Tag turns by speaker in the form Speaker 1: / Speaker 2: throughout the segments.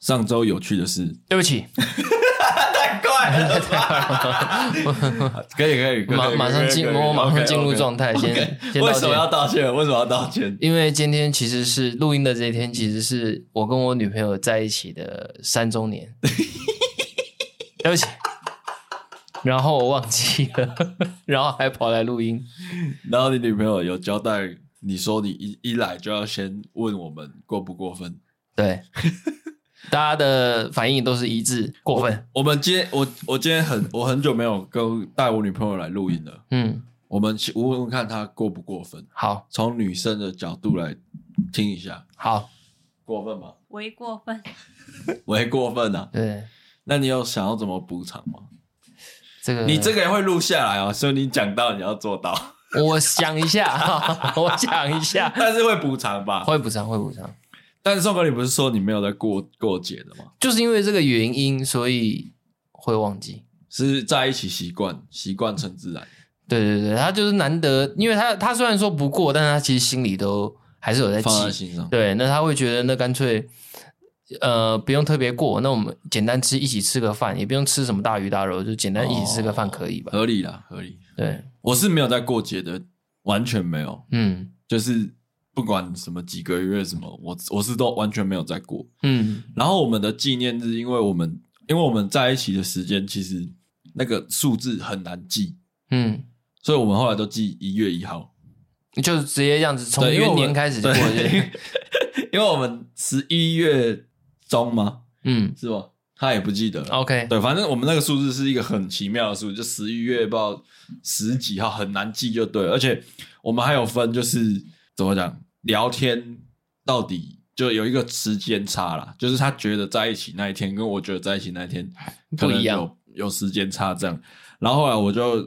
Speaker 1: 上周有趣的事，
Speaker 2: 对不起，
Speaker 1: 太快了吧，可以可以，可以
Speaker 2: 马
Speaker 1: 可以
Speaker 2: 马
Speaker 1: 可
Speaker 2: 上
Speaker 1: 以
Speaker 2: 进，
Speaker 1: 可以
Speaker 2: 我马上
Speaker 1: OK，
Speaker 2: 进入
Speaker 1: OK
Speaker 2: 状态，先
Speaker 1: OK，
Speaker 2: 先
Speaker 1: 为
Speaker 2: 道
Speaker 1: 什么要
Speaker 2: 歉。
Speaker 1: 道歉？为什么要道歉？
Speaker 2: 因为今天其实是录音的这一天，其实是我跟我女朋友在一起的三周 年。对不起，然后我忘记了， 然后还跑来录音。
Speaker 1: 然后你女朋友有交代，你说你一一来就要先问我们过不过分？
Speaker 2: 对，大家的反应都是一致，过分。
Speaker 1: 我们今天我我今天很我很久没有跟带我女朋友来录音了，
Speaker 2: 嗯，
Speaker 1: 我们去问问看她过不过分，
Speaker 2: 好
Speaker 1: 从女生的角度来听一下，
Speaker 2: 好，
Speaker 1: 过分吗？
Speaker 3: 为过分，
Speaker 1: 我也过分啊！
Speaker 2: 对
Speaker 1: 那你有想要怎么补偿吗？
Speaker 2: 这个，
Speaker 1: 你这个也会录下来哦，所以你讲到你要做 到，
Speaker 2: 我想一 下，我想一下，
Speaker 1: 但是会补偿吧？
Speaker 2: 会补偿，会补偿，
Speaker 1: 但是宋哥，你不是说你没有在过过节的吗？
Speaker 2: 就是因为这个原因，所以会忘记。
Speaker 1: 是在一起习惯，习惯成自然。
Speaker 2: 对对对，他就是难得，因为他他虽然说不过，但是他其实心里都还是有在
Speaker 1: 放在
Speaker 2: 记。
Speaker 1: 心上。
Speaker 2: 对，那他会觉得那干脆，呃，不用特别过，那我们简单吃一起吃个饭，也不用吃什么大鱼大肉，就简单一起吃个饭可以吧？
Speaker 1: 哦合理啦，合理。
Speaker 2: 对，
Speaker 1: 我是没有在过节的，完全没有，
Speaker 2: 嗯
Speaker 1: 就是不管什么几个月什么，我我是都完全没有在过。
Speaker 2: 嗯
Speaker 1: 然后我们的纪念日，因为我们因为我们在一起的时间其实那个数字很难记，
Speaker 2: 嗯，
Speaker 1: 所以我们后来都记一月一号。
Speaker 2: 就直接这样子从
Speaker 1: 对，因为
Speaker 2: 元
Speaker 1: 我们
Speaker 2: 年开始就过
Speaker 1: 对
Speaker 2: 去，
Speaker 1: 因为我们十一月中吗？
Speaker 2: 嗯
Speaker 1: 是吗？他也不记得了。
Speaker 2: ，OK，
Speaker 1: 对，反正我们那个数字是一个很奇妙的数字，就十一月不知道十几号很难记就对了，而且我们还有分就是怎么讲聊天到底就有一个时间差啦，就是他觉得在一起那一天跟我觉得在一起那一天可
Speaker 2: 不
Speaker 1: 能
Speaker 2: 一样
Speaker 1: 有有时间差这样。然后后来我就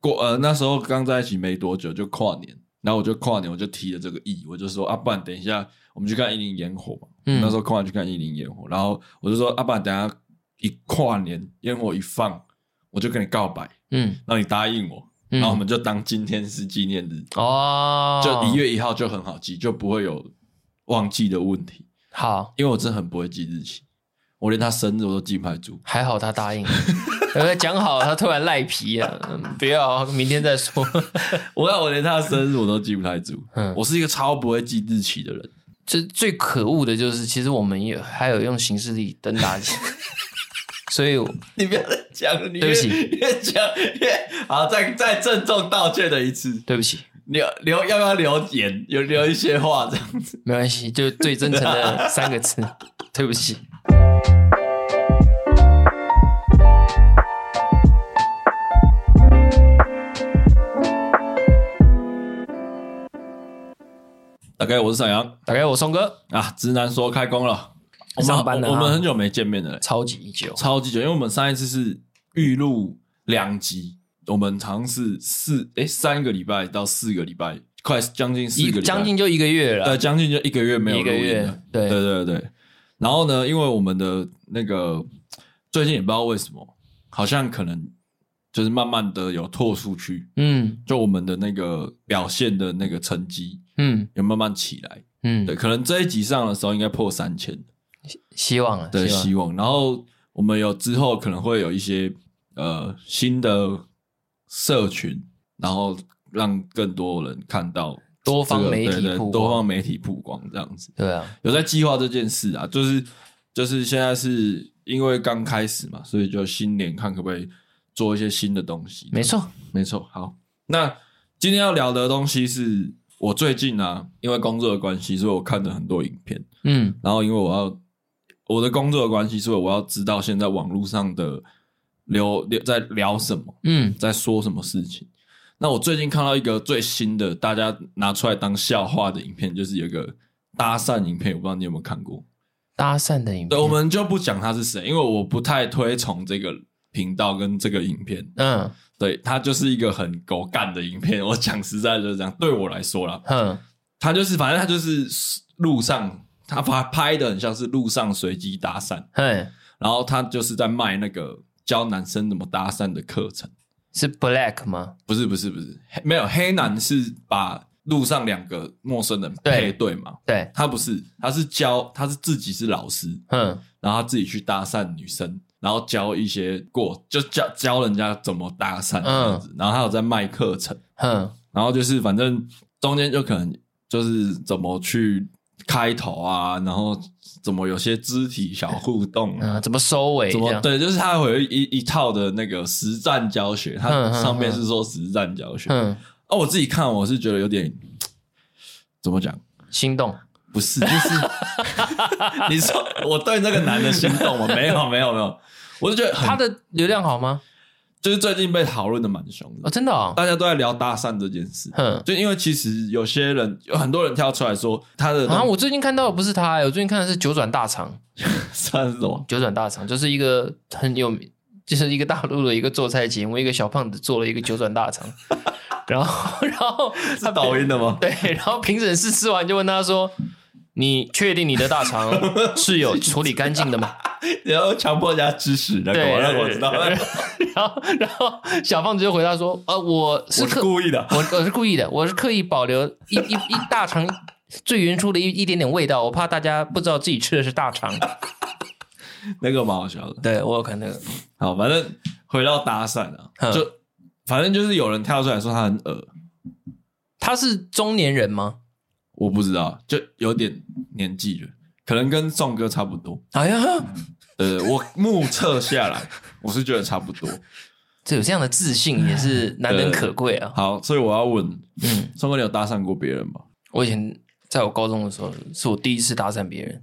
Speaker 1: 过呃那时候刚在一起没多久就跨年，然后我就跨年我就提了这个意，我就说啊，不然等一下我们去看一零烟火嘛，
Speaker 2: 嗯
Speaker 1: 那时候跨完去看一零烟火，然后我就说啊，不然等一下一跨年烟火一放，我就跟你告白，
Speaker 2: 嗯，
Speaker 1: 让你答应我，
Speaker 2: 嗯
Speaker 1: 然后我们就当今天是纪念日，
Speaker 2: 哦，
Speaker 1: 就一月一号就很好记，就不会有忘记的问题，
Speaker 2: 好，
Speaker 1: 因为我真的很不会记日期，我连他生日我都记不太住。
Speaker 2: 还好他答应了， 有没有讲好他突然赖皮了，嗯不要，明天再说。
Speaker 1: 我我连他的生日我都记不太住，
Speaker 2: 嗯
Speaker 1: 我是一个超不会记日期的人。
Speaker 2: 最最可恶的就是，其实我们也还有用形式力登大家，所以我
Speaker 1: 你不要再讲了，你
Speaker 2: 对不起
Speaker 1: 越越讲越 好，再再郑重道歉的一次。
Speaker 2: 对不起，
Speaker 1: 留留要不要留言？有留一些话这样子。
Speaker 2: 没关系，就最真诚的三个字， 对不起。
Speaker 1: 大概我是沈阳
Speaker 2: 大概我松哥
Speaker 1: 啊，直男说开工了，我们
Speaker 2: 上班了啊
Speaker 1: 我们很久没见面了，
Speaker 2: 超级久，
Speaker 1: 超级久，因为我们上一次是预录两集，我们尝试四诶三个礼拜到四个礼拜，快将近四个礼拜，
Speaker 2: 一将近就一个月了
Speaker 1: 对，。将近就一个月没有录
Speaker 2: 一个
Speaker 1: 音了
Speaker 2: 月。对
Speaker 1: 对对对。然后呢，因为我们的那个最近也不知道为什么，好像可能就是慢慢的有拓出去，
Speaker 2: 嗯
Speaker 1: 就我们的那个表现的那个成绩
Speaker 2: 嗯
Speaker 1: 有慢慢起来。对，
Speaker 2: 嗯，
Speaker 1: 可能这一集上的时候应该破三千
Speaker 2: 希望了，
Speaker 1: 的
Speaker 2: 希
Speaker 1: 希
Speaker 2: 望。
Speaker 1: 望。然后我们有之后可能会有一些呃新的社群，然后让更多人看到
Speaker 2: 多
Speaker 1: 这
Speaker 2: 方
Speaker 1: 个
Speaker 2: 媒体
Speaker 1: 对对
Speaker 2: 曝光
Speaker 1: 多方媒体曝光这样子。
Speaker 2: 对啊，
Speaker 1: 有在计划这件事啊，就是就是现在是因为刚开始嘛，所以就新年看可不可以做一些新的东西。
Speaker 2: 没错。
Speaker 1: 没错，好，那今天要聊的东西是我最近啊，因为工作的关系，所以我看了很多影片，
Speaker 2: 嗯
Speaker 1: 然后因为我要我的工作的关系，所以我要知道现在网络上的流流在聊什么，
Speaker 2: 嗯，
Speaker 1: 在说什么事情。那我最近看到一个最新的，大家拿出来当笑话的影片，就是有一个搭讪影片，我不知道你有没有看过。
Speaker 2: 搭讪的影片，
Speaker 1: 对，我们就不讲他是谁，因为我不太推崇这个频道跟这个影片。
Speaker 2: 嗯
Speaker 1: 对，它就是一个很狗干的影片。我讲实在就是这样，对我来说啦，
Speaker 2: 哼
Speaker 1: 他就是反正他就是路上，他拍拍的很像是路上随机搭讪，
Speaker 2: 哼，
Speaker 1: 然后他就是在卖那个教男生怎么搭讪的课程。
Speaker 2: 是 Black 吗？
Speaker 1: 不是不是不是，黑没有黑男是把路上两个陌生人
Speaker 2: 对
Speaker 1: 配对嘛，
Speaker 2: 对，
Speaker 1: 他不是，他是教，他是自己是老师，
Speaker 2: 嗯，
Speaker 1: 然后他自己去搭讪女生，然后教一些过，就教教人家怎么搭
Speaker 2: 嗯
Speaker 1: 讪这样子，然后他有在卖课程，
Speaker 2: 哼，
Speaker 1: 然后就是反正中间就可能就是怎么去开头啊，然后怎么有些肢体小互动啊。
Speaker 2: 嗯，怎么收尾？
Speaker 1: 怎
Speaker 2: 这
Speaker 1: 么
Speaker 2: 样？
Speaker 1: 对？就是他会有一一套的那个实战教学，它
Speaker 2: 嗯嗯嗯
Speaker 1: 上面是说实战教学。
Speaker 2: 嗯，
Speaker 1: 哦，我自己看我是觉得有点怎么讲，
Speaker 2: 心动，
Speaker 1: 不是，就是 你说我对那个男的心动吗？没有，没有，没有，我就觉得
Speaker 2: 他
Speaker 1: 很，
Speaker 2: 的流量好吗？
Speaker 1: 就是最近被讨论的蛮凶
Speaker 2: 哦，
Speaker 1: 的，
Speaker 2: 真的哦，
Speaker 1: 大家都在聊搭讪这件事。
Speaker 2: 哼，
Speaker 1: 就因为其实有些人，有很多人跳出来说他的
Speaker 2: 好像
Speaker 1: 东
Speaker 2: 我最近看到的不是他、欸，我最近看的是九转大肠，
Speaker 1: 算是什么？
Speaker 2: 九转大肠就是一个很有名，就是一个大陆的一个做菜节目，一个小胖子做了一个九转大 肠，然后然后
Speaker 1: 是抖音的吗？
Speaker 2: 对，然后评审是吃完就问他说：“你确定你的 大肠是有处理干净的吗？”
Speaker 1: 然后强迫人家支持 那个，
Speaker 2: 对，
Speaker 1: 让我知道，
Speaker 2: 然后然后然后小胖子就回答说：“呃，我是
Speaker 1: 我是
Speaker 2: 刻
Speaker 1: 故意的。
Speaker 2: 我我是故意的，我是刻意保留一一一大肠最原初的一一点点味道，我怕大家不知道自己吃的是大肠。
Speaker 1: 那个蛮好笑的。
Speaker 2: 对我有看那个，
Speaker 1: 好，反正回到搭讪啊，
Speaker 2: 嗯
Speaker 1: 就反正就是有人跳出来说他很恶，
Speaker 2: 他是中年人吗？
Speaker 1: 我不知道，就有点年纪了，可能跟宋哥差不多。
Speaker 2: 哎呀，
Speaker 1: 呃，我目测下来，我是觉得差不多。
Speaker 2: 这有这样的自信也是难能可贵啊。
Speaker 1: 好，所以我要问，
Speaker 2: 嗯，
Speaker 1: 宋哥，你有搭讪过别人吗？
Speaker 2: 我以前在我高中的时候，是我第一次搭讪别人。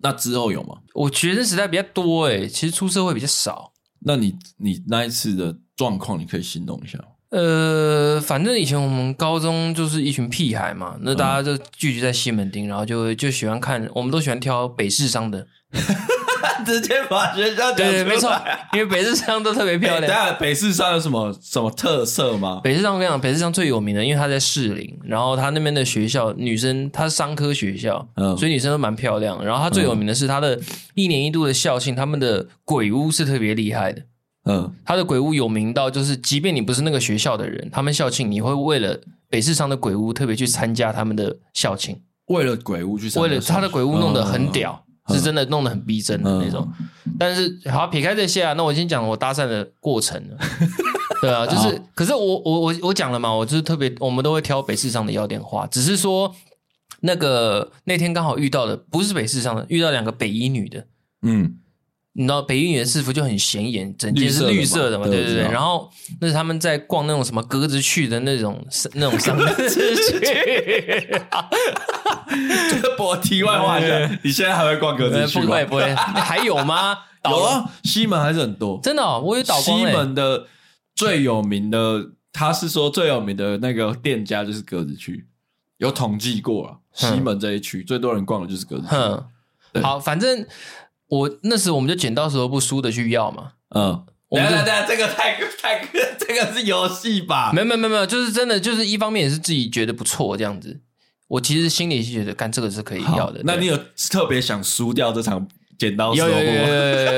Speaker 1: 那之后有吗？
Speaker 2: 我学生时代比较多诶、其实出社会比较少。
Speaker 1: 那你你那一次的状况，你可以形容一下吗。
Speaker 2: 呃，反正以前我们高中就是一群屁孩嘛，那大家就聚集在西门町，然后就就喜欢看，我们都喜欢挑北市商的，
Speaker 1: 直接把学校
Speaker 2: 对对，没错，因为北市商都特别漂
Speaker 1: 啊哎等一
Speaker 2: 亮。
Speaker 1: 下北市上有什么什么特色吗？
Speaker 2: 北市商我跟你讲，北市商最有名的，因为他在士林，然后他那边的学校女生，他是商科学校，
Speaker 1: 嗯
Speaker 2: 所以女生都蛮漂亮。然后他最有名的是他的一年一度的校庆，他们的鬼屋是特别厉害的。
Speaker 1: 嗯，
Speaker 2: 他的鬼屋有名到，就是即便你不是那个学校的人，他们校庆你会为了北市商的鬼屋特别去参加他们的校庆，
Speaker 1: 为了鬼屋去参加，
Speaker 2: 为了他的鬼屋弄得很屌，
Speaker 1: 嗯
Speaker 2: 是真的弄得很逼真的那种。但是好，撇开这些啊，那我先讲我搭讪的过程了。对啊，就是，可是我我我我讲了嘛，我就是特别，我们都会挑北市上的要点花，只是说那个那天刚好遇到的不是北市上的，遇到两个北医女的，
Speaker 1: 嗯，
Speaker 2: 你知道北医女的制服就很显眼，整件是绿
Speaker 1: 绿
Speaker 2: 色
Speaker 1: 色
Speaker 2: 的
Speaker 1: 的
Speaker 2: 嘛，
Speaker 1: 嘛
Speaker 2: 对
Speaker 1: 对
Speaker 2: 对
Speaker 1: 我
Speaker 2: 对。
Speaker 1: 知道
Speaker 2: 然后那是他们在逛那种什么格子去的那种那种商店，
Speaker 1: 嗯，这我题外话一下，你现在还会逛 格子区
Speaker 2: 呃不
Speaker 1: 吗
Speaker 2: 会？不会，还有吗？倒
Speaker 1: 有
Speaker 2: 了，
Speaker 1: 啊，西门还是很多，
Speaker 2: 真的哦，我有倒光
Speaker 1: 西
Speaker 2: 嘞。
Speaker 1: 门的最有名的，他是说最有名的那个店家就是格子区，有统计过啊，
Speaker 2: 嗯
Speaker 1: 西门这一区最多人逛的就是格子区。
Speaker 2: 哼，
Speaker 1: 对
Speaker 2: 好，反正我那时我们就剪刀石头布输的去要嘛，
Speaker 1: 嗯，
Speaker 2: 我们
Speaker 1: 等一
Speaker 2: 就
Speaker 1: 下等一下，这个太太 这个是游戏吧？
Speaker 2: 没有没有没有没有，就是真的就是一方面也是自己觉得不错这样子，我其实心里是觉得干这个是可以
Speaker 1: 好
Speaker 2: 要的，
Speaker 1: 那
Speaker 2: 对
Speaker 1: 你有特别想输掉这场剪刀石头
Speaker 2: 有
Speaker 1: 布
Speaker 2: 有有有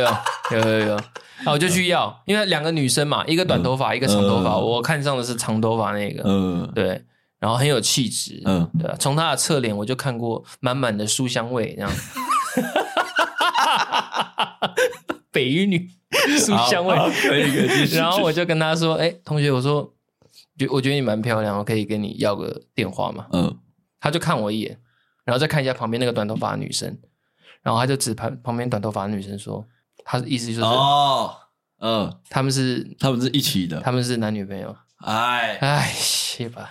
Speaker 2: 有
Speaker 1: 吗？
Speaker 2: 有有有有有有。啊，我就去要，因为两个女生嘛，一个短头发，一个长头发。
Speaker 1: 嗯
Speaker 2: 我看上的是长头发那个，
Speaker 1: 嗯
Speaker 2: 对，然后很有气质，
Speaker 1: 嗯，
Speaker 2: 对啊，从她的侧脸我就看过满满的书香味，这样。 北语女书
Speaker 1: 好
Speaker 2: 香味，
Speaker 1: 好可以可以继续。
Speaker 2: 然后我就跟他说：“哎、同学，我说，觉我觉得你蛮漂亮，我可以跟你要个电话吗
Speaker 1: 嗯，？”
Speaker 2: 他就看我一眼，然后再看一下旁边那个短头发的女生，然后他就指旁旁边短头发的女生说：“他的意思就是、
Speaker 1: 哦，嗯，
Speaker 2: 他们是
Speaker 1: 他们是一起的。
Speaker 2: 他们是男女朋友。
Speaker 1: 哎”，
Speaker 2: 哎，是吧？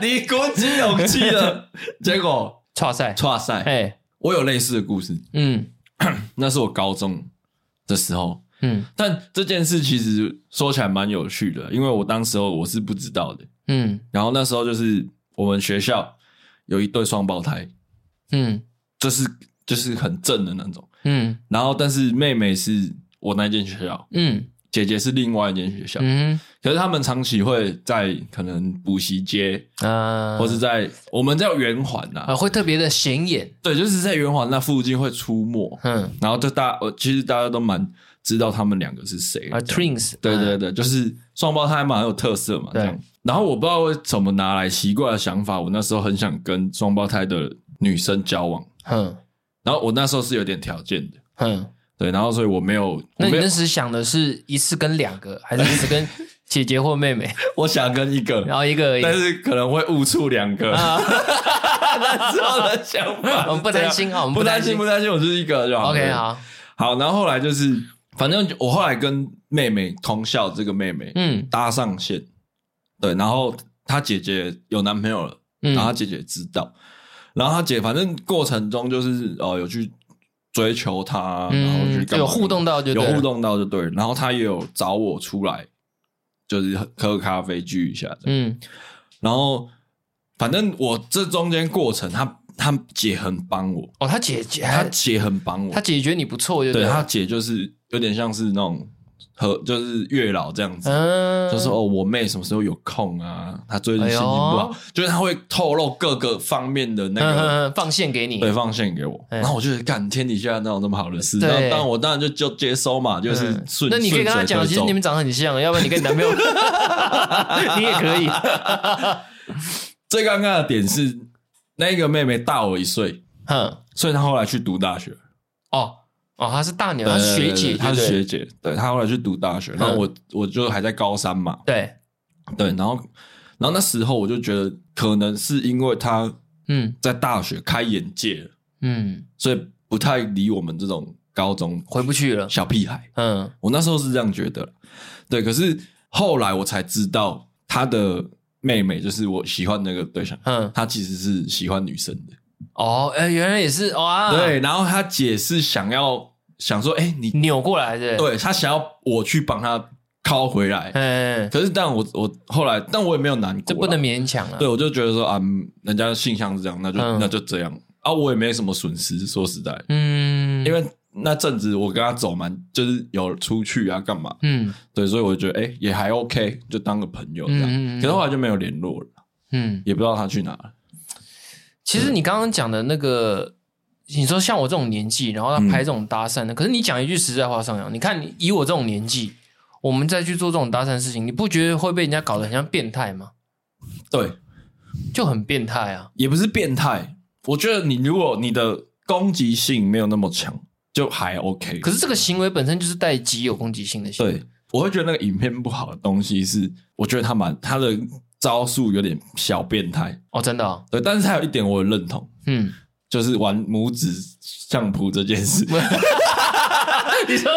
Speaker 1: 你鼓起勇气 了，结果
Speaker 2: 错赛，
Speaker 1: 哇塞！
Speaker 2: 哎，
Speaker 1: 我有类似的故事，
Speaker 2: 嗯
Speaker 1: 那是我高中的时候。
Speaker 2: 嗯
Speaker 1: 但这件事其实说起来蛮有趣的，因为我当时候我是不知道的。
Speaker 2: 嗯
Speaker 1: 然后那时候就是我们学校有一对双胞胎，
Speaker 2: 嗯
Speaker 1: 就是就是很正的那种。
Speaker 2: 嗯
Speaker 1: 然后但是妹妹是我那间学校，
Speaker 2: 嗯
Speaker 1: 姐姐是另外一间学校。
Speaker 2: 嗯
Speaker 1: 可是他们长期会在可能补习街，
Speaker 2: 啊，
Speaker 1: 或是在我们叫圆环呐、
Speaker 2: 啊会特别的显眼，
Speaker 1: 对，就是在圆环那附近会出没。
Speaker 2: 嗯
Speaker 1: 然后就大，呃，其实大家都蛮知道他们两个是谁
Speaker 2: 啊
Speaker 1: 这样
Speaker 2: ，Twins，
Speaker 1: 对对对，就是双胞胎嘛，很有特色嘛。
Speaker 2: 对
Speaker 1: 这样。然后我不知道为什么拿来奇怪的想法，我那时候很想跟双胞胎的女生交往，
Speaker 2: 哼
Speaker 1: 然后我那时候是有点条件的，
Speaker 2: 哼。
Speaker 1: 对，然后所以我没有，我
Speaker 2: 那你
Speaker 1: 没有
Speaker 2: 那，时想的是一次跟两个，还是 只跟姐姐或妹妹，
Speaker 1: 我想跟一
Speaker 2: 然
Speaker 1: 个，
Speaker 2: 后一个而已？
Speaker 1: 但是可能会误触两个。 那时候的想法，
Speaker 2: 啊 我们不担心啊我们
Speaker 1: 不
Speaker 2: 不
Speaker 1: 担
Speaker 2: 担
Speaker 1: 心，
Speaker 2: 心
Speaker 1: 不担心，我就是一个就好。
Speaker 2: OK，
Speaker 1: 对
Speaker 2: 好，
Speaker 1: 好，然后后来就是，反正我后来跟妹妹同校这个妹妹，
Speaker 2: 嗯
Speaker 1: 搭上线，对，然后她姐姐有男朋友了，
Speaker 2: 嗯
Speaker 1: 然后她姐姐知道，然后她姐反正过程中就是呃有去追求她，然后去
Speaker 2: 嗯，
Speaker 1: 干嘛
Speaker 2: 有互动到就
Speaker 1: 有
Speaker 2: 对了
Speaker 1: 互，动到就对了，然后她也有找我出来，就是喝喝咖啡聚一下这样，
Speaker 2: 嗯
Speaker 1: 然后反正我这中间过程，她她姐很帮我，
Speaker 2: 哦，他姐姐，
Speaker 1: 她
Speaker 2: 他
Speaker 1: 姐很帮我
Speaker 2: 他，姐姐觉得你不错，就
Speaker 1: 对她
Speaker 2: 他，
Speaker 1: 姐就是有点像是那种和就是月老这样子，
Speaker 2: 嗯，
Speaker 1: 就说哦，我妹什么时候有空啊？她最近心情不好，
Speaker 2: 哎呦
Speaker 1: 就是她会透露各个方面的那
Speaker 2: 嗯
Speaker 1: 个
Speaker 2: 嗯嗯放线给你，
Speaker 1: 对放线给我，
Speaker 2: 嗯
Speaker 1: 然后我就干天底下哪有那么好的事？
Speaker 2: 对
Speaker 1: 然后当然我当然就就接收嘛，就是
Speaker 2: 嗯
Speaker 1: 顺。
Speaker 2: 那你可以跟他讲，
Speaker 1: 顺水
Speaker 2: 其实
Speaker 1: 推舟
Speaker 2: 你们长得很像，要不然你跟你 男朋友， 你也可以。
Speaker 1: 最尴尬的点是，那个妹妹大我一岁，
Speaker 2: 哼，
Speaker 1: 所以她后来去读大学。
Speaker 2: 哦哦，她是大鸟，她是学姐，嗯
Speaker 1: 对她是学
Speaker 2: 姐，
Speaker 1: 姐，对她后来去读大学，然后我我就还在高三嘛，
Speaker 2: 对，
Speaker 1: 对，然后然后那时候我就觉得，可能是因为她
Speaker 2: 嗯
Speaker 1: 在大学开眼界了。
Speaker 2: 嗯，
Speaker 1: 所以不太理我们这种高中
Speaker 2: 回不去了，
Speaker 1: 小屁孩。
Speaker 2: 嗯
Speaker 1: 我那时候是这样觉得，对。可是后来我才知道，他的妹妹就是我喜欢那个对象，
Speaker 2: 嗯，
Speaker 1: 她其实是喜欢女生的。
Speaker 2: 哦，哎，原来也是哇，
Speaker 1: 对，，然后她姐是想要想说，哎、你
Speaker 2: 扭过来对，，
Speaker 1: 对她想要我去帮她靠回来。
Speaker 2: 嗯，
Speaker 1: 可是，但我我后来，但我也没有难过啦，
Speaker 2: 这不能勉强啊，
Speaker 1: 对，我就觉得说啊，嗯人家性向是这样，那就、
Speaker 2: 嗯
Speaker 1: 那就这样啊，我也没什么损失。说实在，
Speaker 2: 嗯，
Speaker 1: 因为那阵子我跟他走蛮，就是有出去啊，干嘛？
Speaker 2: 嗯
Speaker 1: 对，所以我就觉得哎、诶也还 OK，就当个朋友这样。
Speaker 2: 嗯嗯嗯
Speaker 1: 可是后来就没有联络了，
Speaker 2: 嗯，
Speaker 1: 也不知道他去哪了。
Speaker 2: 其实你刚刚讲的那个，你说像我这种年纪，然后他拍这种搭讪
Speaker 1: 嗯
Speaker 2: 的，可是你讲一句实在话，上扬，你看你以我这种年纪，我们再去做这种搭讪的事情，你不觉得会被人家搞得很像变态吗？
Speaker 1: 对，
Speaker 2: 就很变态啊！
Speaker 1: 也不是变态，我觉得你如果你的攻击性没有那么强，就还 OK。
Speaker 2: 可是这个行为本身就是带极有攻击性的行为，
Speaker 1: 嗯对，我会觉得那个影片不好的东西是，我觉得他蛮他的招数有点小变态。
Speaker 2: 哦，真的、哦，
Speaker 1: 对，但是还有一点我很认同，
Speaker 2: 嗯，
Speaker 1: 就是玩拇指相扑这件事。
Speaker 2: 你说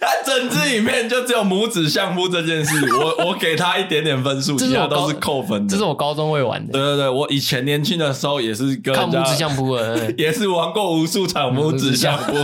Speaker 1: 他 整支影片就只有拇指相扑这件事，我我给他一点点分数，
Speaker 2: 这是
Speaker 1: 其
Speaker 2: 我
Speaker 1: 他
Speaker 2: 高
Speaker 1: 都是扣分的。
Speaker 2: 这是我高中会玩的，
Speaker 1: 对对对，我以前年轻的时候也是跟
Speaker 2: 看
Speaker 1: 人家
Speaker 2: 拇指相扑 嗯的，哎
Speaker 1: 也是玩过无数场拇指相扑，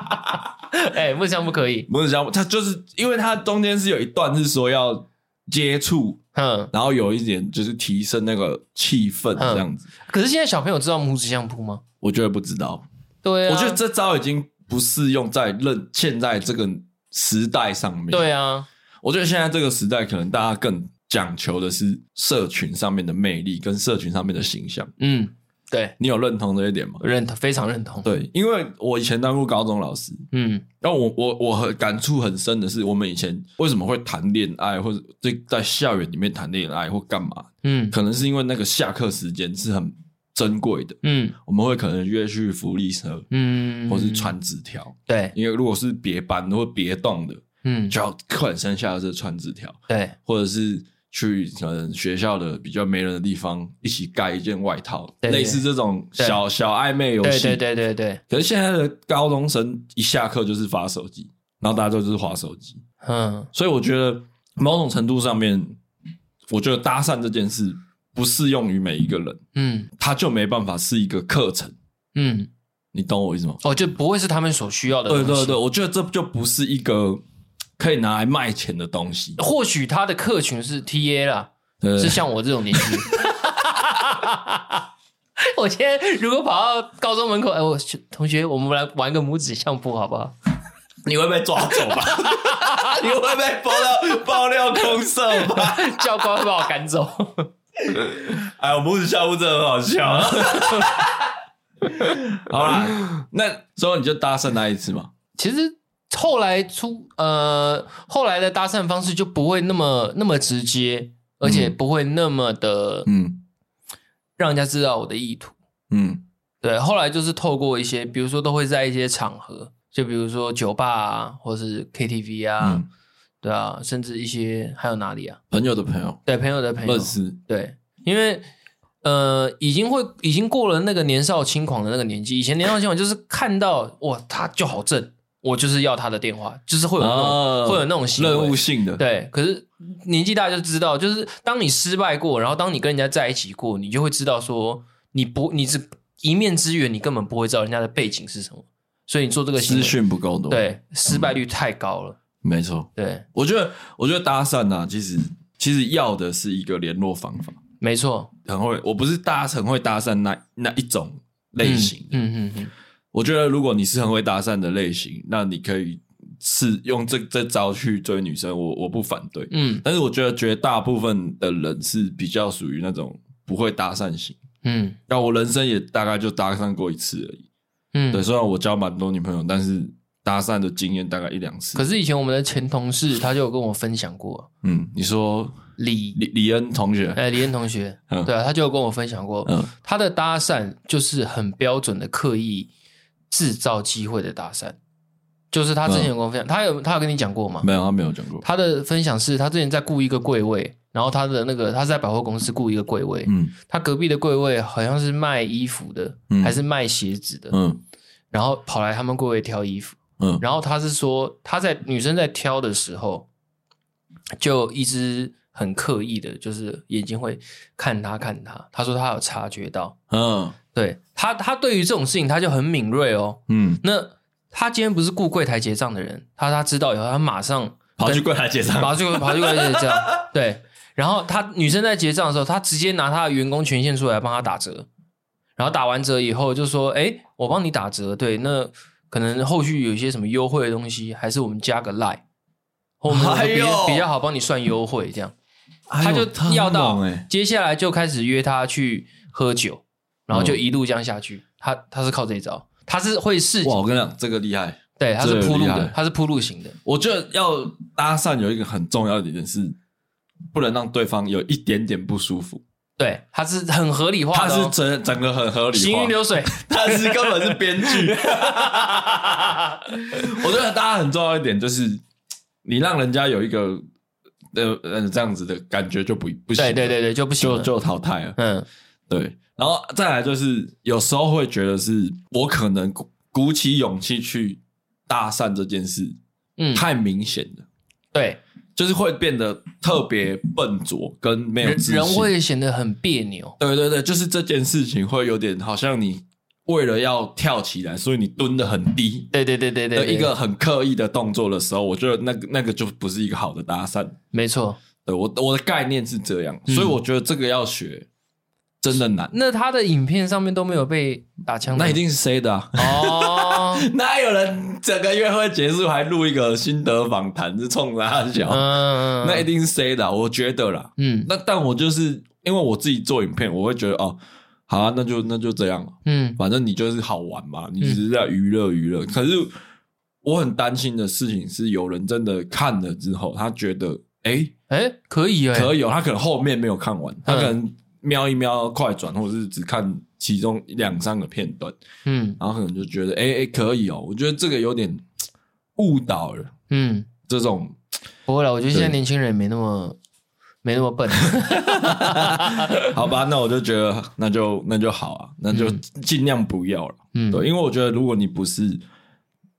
Speaker 2: 哎，拇指相扑可以，
Speaker 1: 拇指相扑，他就是因为他中间是有一段是说要接触，
Speaker 2: 嗯，
Speaker 1: 然后有一点就是提升那个气氛这样子，
Speaker 2: 可是现在小朋友知道拇指相扑吗？
Speaker 1: 我觉得不知道，
Speaker 2: 对啊，
Speaker 1: 我觉得这招已经不适用在任现在这个时代上面。
Speaker 2: 对啊，
Speaker 1: 我觉得现在这个时代，可能大家更讲求的是社群上面的魅力跟社群上面的形象。
Speaker 2: 嗯，对，
Speaker 1: 你有认同这一点吗？
Speaker 2: 认同，非常认同，
Speaker 1: 对，因为我以前当过高中老师，
Speaker 2: 嗯
Speaker 1: 然后我我我很感触很深的是，我们以前为什么会谈恋爱，或者在在校园里面谈恋爱或干嘛，
Speaker 2: 嗯
Speaker 1: 可能是因为那个下课时间是很珍贵的，
Speaker 2: 嗯
Speaker 1: 我们会可能约去福利社，
Speaker 2: 嗯，
Speaker 1: 或是传纸条，
Speaker 2: 对，
Speaker 1: 因为如果是别班或别栋的，
Speaker 2: 嗯
Speaker 1: 就要课本剩下的是传纸条。
Speaker 2: 对，
Speaker 1: 或者是去可能学校的比较没人的地方一起盖一件外套，
Speaker 2: 对对
Speaker 1: 类似这种小小暧昧游
Speaker 2: 对
Speaker 1: 戏。
Speaker 2: 对对对对，
Speaker 1: 可是现在的高中生一下课就是发手机，然后大家都就是划手机，
Speaker 2: 嗯
Speaker 1: 所以我觉得某种程度上面，我觉得搭讪这件事不适用于每一个人，
Speaker 2: 嗯
Speaker 1: 他就没办法是一个课程，
Speaker 2: 嗯，
Speaker 1: 你懂我意思吗？
Speaker 2: 哦，就不会是他们所需要的东
Speaker 1: 对
Speaker 2: 西。
Speaker 1: 对对，，我觉得这就不是一个可以拿来卖钱的东西，
Speaker 2: 或许他的客群是 TA 啦，
Speaker 1: 对
Speaker 2: 是像我这种年纪。 我今天如果跑到高中门口，哎，我同学，我们来玩个拇指相扑好不好？
Speaker 1: 你会被抓走 吧？你会被爆料爆料公社吧？
Speaker 2: 教官会把我赶走。
Speaker 1: 哎，我拇指笑，我真的很好笑。啊 好啦，那之后你就搭讪那一次嘛。
Speaker 2: 其实后来出呃后来的搭讪方式就不会那么那么直接，而且不会那么的
Speaker 1: 嗯
Speaker 2: 让人家知道我的意图。
Speaker 1: 嗯
Speaker 2: 对，后来就是透过一些，比如说都会在一些场合，就比如说酒吧啊，或是 KTV 啊，
Speaker 1: 嗯，
Speaker 2: 对啊，甚至一些还有哪里啊？
Speaker 1: 朋友的朋友
Speaker 2: 对，朋友的朋友
Speaker 1: 认，识，
Speaker 2: 对，因为呃，已经会已经过了那个年少轻狂的那个年纪，以前年少轻狂就是看到哇，他就好正，我就是要他的电话，就是会有那种、
Speaker 1: 啊
Speaker 2: 会有那种行为
Speaker 1: 任务性的，
Speaker 2: 对，可是年纪大就知道，就是当你失败过，然后当你跟人家在一起过，你就会知道说，你不，你只一面之缘，你根本不会知道人家的背景是什么，所以你做这个行
Speaker 1: 资
Speaker 2: 为，
Speaker 1: 讯不够多，，
Speaker 2: 对，失败率太高了。
Speaker 1: 没错。
Speaker 2: 对，
Speaker 1: 我觉得，我觉得搭讪呐、啊，其实其实要的是一个联络方法，
Speaker 2: 没错，
Speaker 1: 很会，我不是搭很会搭讪那那一种类型，
Speaker 2: 嗯嗯嗯嗯，
Speaker 1: 我觉得如果你是很会搭讪的类型，那你可以是用这这招去追女生，我我不反对。
Speaker 2: 嗯
Speaker 1: 但是我觉得绝大部分的人是比较属于那种不会搭讪型。
Speaker 2: 嗯
Speaker 1: 那我人生也大概就搭讪过一次而已。
Speaker 2: 嗯，
Speaker 1: 对，虽然我交蛮多女朋友，但是搭讪的经验大概一两次。
Speaker 2: 可是以前我们的前同事他就有跟我分享过
Speaker 1: 嗯，你说
Speaker 2: 李
Speaker 1: 李李恩同学，
Speaker 2: 呃李燕同学，
Speaker 1: 嗯
Speaker 2: 对啊，他就有跟我分享过，
Speaker 1: 嗯
Speaker 2: 他的搭讪就是很标准的刻意制造机会的搭讪，就是他之前有跟我分享，他有他有跟你讲过吗？
Speaker 1: 嗯没有，他没有讲过。
Speaker 2: 他的分享是他之前在雇一个柜位，然后他的那个他是在百货公司雇一个柜位，
Speaker 1: 嗯
Speaker 2: 他隔壁的柜位好像是卖衣服的，
Speaker 1: 嗯
Speaker 2: 还是卖鞋子的，
Speaker 1: 嗯
Speaker 2: 然后跑来他们柜位挑衣服，
Speaker 1: 嗯
Speaker 2: 然后他是说他在女生在挑的时候，就一直很刻意的，就是眼睛会看他看他，他说他有察觉到，
Speaker 1: 嗯
Speaker 2: 对他，他对于这种事情他就很敏锐哦。
Speaker 1: 嗯，
Speaker 2: 那他今天不是雇柜台结账的人，他他知道以后，他马上
Speaker 1: 跑去柜台结账。
Speaker 2: 跑去跑去柜台结账，对。然后他女生在结账的时候，他直接拿他的员工权限出来帮他打折，然后打完折以后就说：“哎，我帮你打折，对，那可能后续有一些什么优惠的东西，还是我们加个 line，或我们有个比、
Speaker 1: 哎呦
Speaker 2: 比较好帮你算优惠这样。”
Speaker 1: 哎
Speaker 2: 他
Speaker 1: 呦
Speaker 2: 就要到
Speaker 1: 他很猛欸，
Speaker 2: 接下来就开始约他去喝酒，然
Speaker 1: 嗯
Speaker 2: 后就一路这样下去。他他是靠这一招，他是会试，
Speaker 1: 哇！我跟你讲，这个厉害。
Speaker 2: 对，他是铺
Speaker 1: 这个
Speaker 2: 路
Speaker 1: 厉
Speaker 2: 的
Speaker 1: 害，
Speaker 2: 他是铺路型的，
Speaker 1: 我觉得要搭讪有一个很重要的点是，不能让对方有一点点不舒服。
Speaker 2: 对，他是很合理化
Speaker 1: 他
Speaker 2: 的
Speaker 1: 是
Speaker 2: 哦、
Speaker 1: 整整个很合理
Speaker 2: 行
Speaker 1: 化
Speaker 2: 云，流水，
Speaker 1: 他是根本是编 剧。我觉得大家很重要一点就是，你让人家有一个呃呃这样子的感觉就不不行
Speaker 2: 对
Speaker 1: 了，
Speaker 2: 对对对，就不行
Speaker 1: 就
Speaker 2: 了，
Speaker 1: 就淘汰了。
Speaker 2: 嗯
Speaker 1: 对，然后再来就是有时候会觉得是我可能鼓鼓起勇气去搭讪这件事
Speaker 2: 嗯，
Speaker 1: 太明显了。
Speaker 2: 对，
Speaker 1: 就是会变得特别笨拙跟没有
Speaker 2: 人
Speaker 1: 自信。
Speaker 2: 人会显得很别扭，
Speaker 1: 对对对，就是这件事情会有点好像你为了要跳起来，所以你蹲得很低
Speaker 2: 对对对对对
Speaker 1: 的
Speaker 2: 对
Speaker 1: 一个很刻意的动作的时候，我觉得那个那个就不是一个好的搭讪。
Speaker 2: 没错。
Speaker 1: 对我我的概念是这样，
Speaker 2: 嗯
Speaker 1: 所以我觉得这个要学真的难。
Speaker 2: 那他的影片上面都没有被打枪吗，
Speaker 1: 那一定是 C 的啊？
Speaker 2: 哦，
Speaker 1: 哪有人整个约会结束还录一个心得访谈是冲他笑？
Speaker 2: 嗯，
Speaker 1: 那一定是 C 的啊、我觉得啦。
Speaker 2: 嗯
Speaker 1: 那但我就是因为我自己做影片，我会觉得哦，好啊，那就那就这样，
Speaker 2: 嗯
Speaker 1: 反正你就是好玩嘛，你只是在娱乐娱乐。可是我很担心的事情是，有人真的看了之后，他觉得哎、
Speaker 2: 哎，可以哎，
Speaker 1: 可以哦，他可能后面没有看完，他可能瞄一瞄快转，或者是只看其中两三个片段，
Speaker 2: 嗯
Speaker 1: 然后可能就觉得哎哎、可以哦。我觉得这个有点嘖误导了
Speaker 2: 嗯。
Speaker 1: 这种。
Speaker 2: 不会了，我觉得现在年轻人也没那么没那么 笨。
Speaker 1: 好吧，那我就觉得那就那就好啊，那就尽量不要了。
Speaker 2: 嗯，
Speaker 1: 对，因为我觉得如果你不是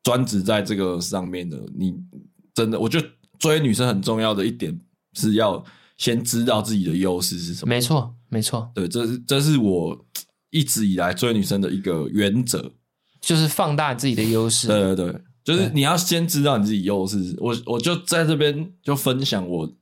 Speaker 1: 专职在这个上面的，你真的，我觉得追女生很重要的一点是要先知道自己的优势是什么。
Speaker 2: 没错，没错，
Speaker 1: 对，这是这是我一直以来追女生的一个原则。
Speaker 2: 就是放大自己的优势。
Speaker 1: 对对对，就是你要先知道你自己优势。我我就在这边就分享我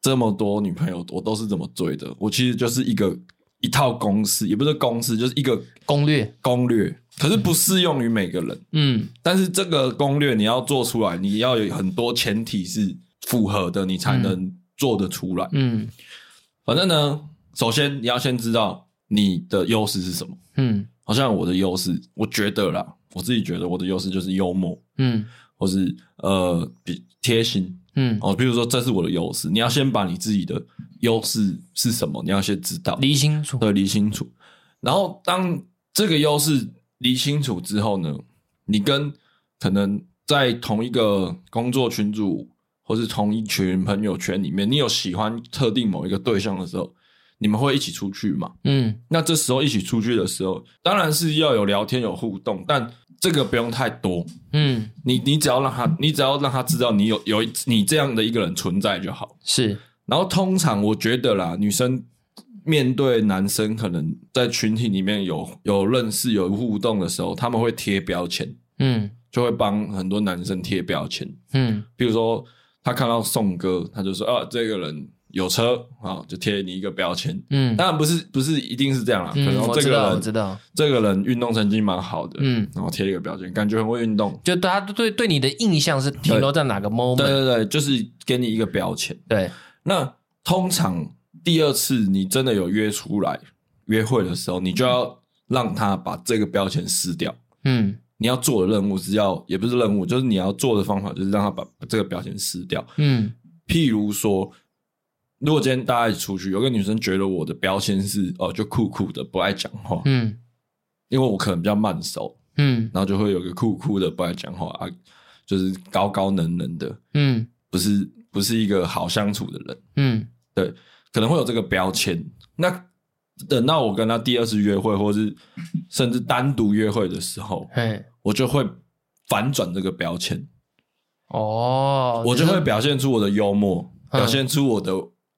Speaker 1: 这么多女朋友，我都是怎么追的。我其实就是一个一套公式，也不是公式，就是一个
Speaker 2: 攻略。
Speaker 1: 攻略，可是不适用于每个人。
Speaker 2: 嗯
Speaker 1: 但是这个攻略你要做出来，你要有很多前提是符合的，你才能做得出来。
Speaker 2: 嗯
Speaker 1: 反正呢，首先你要先知道你的优势是什么。
Speaker 2: 嗯
Speaker 1: 好像我的优势，我觉得啦，我自己觉得我的优势就是幽默，
Speaker 2: 嗯
Speaker 1: 或是呃比贴心
Speaker 2: 嗯，
Speaker 1: 哦，比如说这是我的优势，你要先把你自己的优势是什么，你要先知道，
Speaker 2: 理清楚，
Speaker 1: 对，理清楚。然后当这个优势理清楚之后呢，你跟可能在同一个工作群组或是同一群朋友圈里面，你有喜欢特定某一个对象的时候，你们会一起出去嘛？
Speaker 2: 嗯
Speaker 1: 那这时候一起出去的时候，当然是要有聊天有互动，但这个不用太多。
Speaker 2: 嗯，
Speaker 1: 你你只要让他，你只要让他知道你有有你这样的一个人存在就好。
Speaker 2: 是，
Speaker 1: 然后通常我觉得啦，女生面对男生，可能在群体里面有有认识、有互动的时候，他们会贴标签，
Speaker 2: 嗯
Speaker 1: 就会帮很多男生贴标签。
Speaker 2: 嗯
Speaker 1: 比如说，他看到宋哥，他就说：“啊，这个人有车啊，就贴你一个标签。”
Speaker 2: 嗯，
Speaker 1: 当然不是不是一定是这样啦，啊可
Speaker 2: 嗯
Speaker 1: 能
Speaker 2: 我
Speaker 1: 这
Speaker 2: 知道
Speaker 1: 个
Speaker 2: 我
Speaker 1: 人
Speaker 2: 知道，
Speaker 1: 这个人运动神经蛮好的，
Speaker 2: 嗯，
Speaker 1: 然后贴一个标签，感觉很会运动。
Speaker 2: 就大家对对你的印象是停留在哪个
Speaker 1: 对
Speaker 2: moment？
Speaker 1: 对对，就是给你一个标签。
Speaker 2: 对，
Speaker 1: 那通常第二次你真的有约出来约会的时候，你就要让他把这个标签撕掉。
Speaker 2: 嗯
Speaker 1: 你要做的任务是要，也不是任务，就是你要做的方法，就是让他把这个标签撕掉。
Speaker 2: 嗯
Speaker 1: 譬如说，如果今天大家一起出去，有个女生觉得我的标签是哦，就酷酷的，不爱讲话，
Speaker 2: 嗯
Speaker 1: 因为我可能比较慢熟，
Speaker 2: 嗯
Speaker 1: 然后就会有个酷酷的，不爱讲话啊，就是高高冷冷的，
Speaker 2: 嗯
Speaker 1: 不是不是一个好相处的人。
Speaker 2: 嗯
Speaker 1: 可能会有这个标签。那等到我跟他第二次约会，或是甚至单独约会的时候，
Speaker 2: 嘿，
Speaker 1: 我就会反转这个标签，
Speaker 2: 哦，
Speaker 1: 我就是会表现出我的幽默，
Speaker 2: 嗯
Speaker 1: 表现出我的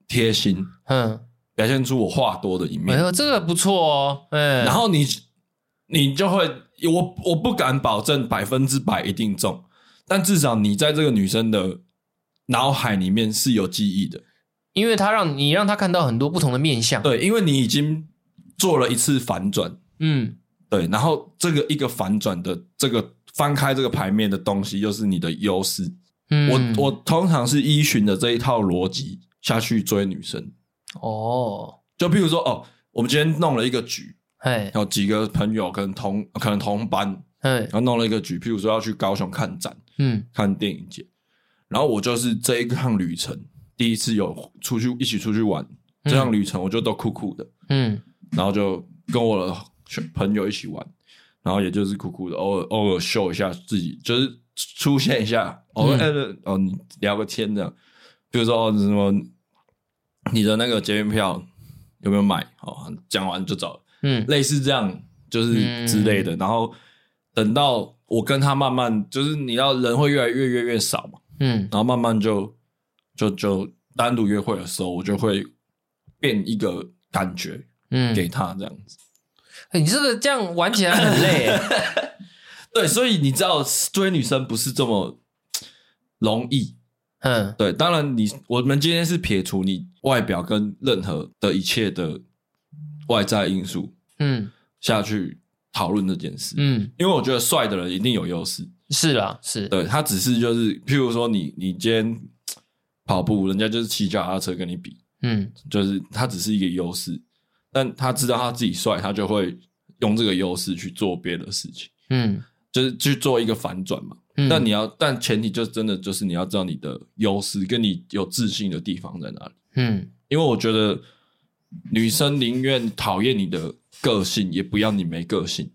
Speaker 1: 贴心，
Speaker 2: 嗯，
Speaker 1: 表现出我话多的一
Speaker 2: 哎
Speaker 1: 面。
Speaker 2: 呦，这个不错哦，嗯，
Speaker 1: 然后你，你就会，我我不敢保证百分之百一定中，但至少你在这个女生的脑海里面是有记忆的。
Speaker 2: 因为他让你让他看到很多不同的面相，
Speaker 1: 对，因为你已经做了一次反转，
Speaker 2: 嗯
Speaker 1: 对，然后这个一个反转的这个翻开这个牌面的东西，又是你的优势。
Speaker 2: 嗯，
Speaker 1: 我我通常是依循的这一套逻辑下去追女生。
Speaker 2: 哦，哎
Speaker 1: 就譬如说，哦，我们今天弄了一个局，
Speaker 2: 嘿，
Speaker 1: 有几个朋友可能同可能同班，
Speaker 2: 嘿
Speaker 1: 然，后弄了一个局，譬如说要去高雄看展、
Speaker 2: 哎嗯
Speaker 1: 看电影节，然后我就是这一趟旅程第一次有出去一起出去玩，这趟旅程我就都酷酷的，
Speaker 2: 嗯
Speaker 1: 然后就跟我的朋友一起玩，然后也就是酷酷的，偶尔偶尔秀一下自己，就是出现一下，偶尔、哦你聊个天这样，比如说、哦、什么你的那个捷运票有没有买？哦，讲完就走了，
Speaker 2: 嗯
Speaker 1: 类似这样就是之类的。然后等到我跟他慢慢，就是你要人会越来越越越少嘛，
Speaker 2: 嗯，
Speaker 1: 然后慢慢就就就单独约会的时候，我就会变一个感觉
Speaker 2: 嗯，
Speaker 1: 给他这样子。
Speaker 2: 哎你这个这样玩起来很累 耶，
Speaker 1: 对，所以你知道追女生不是这么容易。
Speaker 2: 嗯
Speaker 1: 对，当然你我们今天是撇除你外表跟任何的一切的外在因素
Speaker 2: 嗯
Speaker 1: 下去讨论这件事，
Speaker 2: 嗯，
Speaker 1: 因为我觉得帅的人一定有优势。
Speaker 2: 是啦，是，
Speaker 1: 对他只是就是，譬如说你你今天跑步，人家就是骑脚踏车跟你比，
Speaker 2: 嗯
Speaker 1: 就是他只是一个优势，但他知道他自己帅，他就会用这个优势去做别的事情，
Speaker 2: 嗯
Speaker 1: 就是去做一个反转嘛。
Speaker 2: 嗯，
Speaker 1: 但你要，但前提就真的就是你要知道你的优势跟你有自信的地方在哪里。
Speaker 2: 嗯
Speaker 1: 因为我觉得女生宁愿讨厌你的个性，也不要你没个性。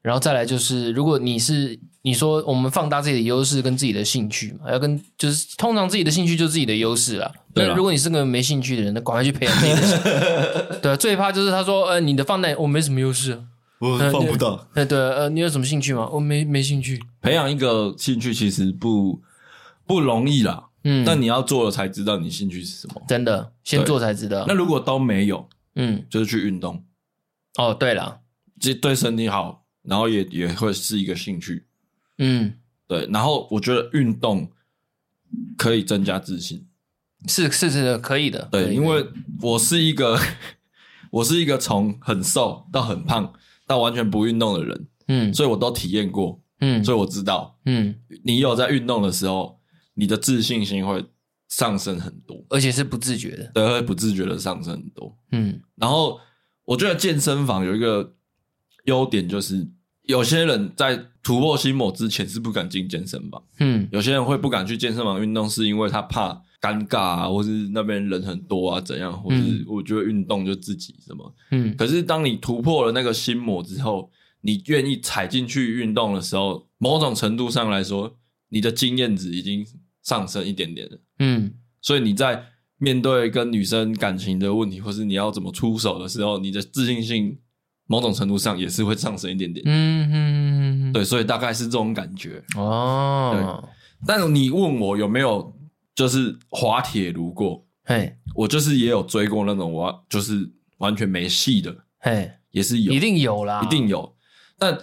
Speaker 2: 然后再来就是，如果你是你说我们放大自己的优势跟自己的兴趣嘛，要跟就是通常自己的兴趣就是自己的优势啦。
Speaker 1: 对啊啦
Speaker 2: 那如果你是个没兴趣的人，那赶快去培养自己的兴趣。 对啊，最怕就是他说，呃，你的放大我没什么优势啊，
Speaker 1: 我
Speaker 2: 放不
Speaker 1: 到，
Speaker 2: 呃，对啊，呃，你有什么兴趣吗？我没没兴趣。
Speaker 1: 培养一个兴趣其实不不容易啦。
Speaker 2: 嗯，
Speaker 1: 但你要做了才知道你兴趣是什么。
Speaker 2: 真的先做才知道
Speaker 1: 那。如果都没有，
Speaker 2: 嗯，
Speaker 1: 就是去运动，
Speaker 2: 哦，对了，
Speaker 1: 这对身体好，然后也也会是一个兴趣。
Speaker 2: 嗯，
Speaker 1: 对，然后我觉得运动可以增加自信。
Speaker 2: 是是是的，可以的。可
Speaker 1: 对，
Speaker 2: 以
Speaker 1: 因为我是一个我是一个从很瘦到很胖到完全不运动的人，
Speaker 2: 嗯
Speaker 1: 所以我都体验过，
Speaker 2: 嗯
Speaker 1: 所以我知道
Speaker 2: 嗯，
Speaker 1: 你有在运动的时候，你的自信心会上升很多，
Speaker 2: 而且是不自觉的。
Speaker 1: 对，会不自觉的上升很多。
Speaker 2: 嗯
Speaker 1: 然后我觉得健身房有一个优点就是有些人在突破心魔之前是不敢进健身房，
Speaker 2: 嗯
Speaker 1: 有些人会不敢去健身房运动，是因为他怕尴尬啊，或是那边人很多啊，怎样，或是
Speaker 2: 嗯
Speaker 1: 我觉得运动就自己什么。
Speaker 2: 嗯
Speaker 1: 可是当你突破了那个心魔之后，你愿意踩进去运动的时候，某种程度上来说，你的经验值已经上升一点点了。
Speaker 2: 嗯
Speaker 1: 所以你在面对跟女生感情的问题，或是你要怎么出手的时候，你的自信心某种程度上也是会上升一点点。
Speaker 2: 嗯嗯，
Speaker 1: 对，所以大概是这种感觉。
Speaker 2: 哦，
Speaker 1: 但是你问我有没有就是滑铁卢过，
Speaker 2: 嘿
Speaker 1: 我就是也有追过那种我就是完全没戏的，
Speaker 2: 嘿，
Speaker 1: 也是有，
Speaker 2: 一定有啦，
Speaker 1: 一定有。但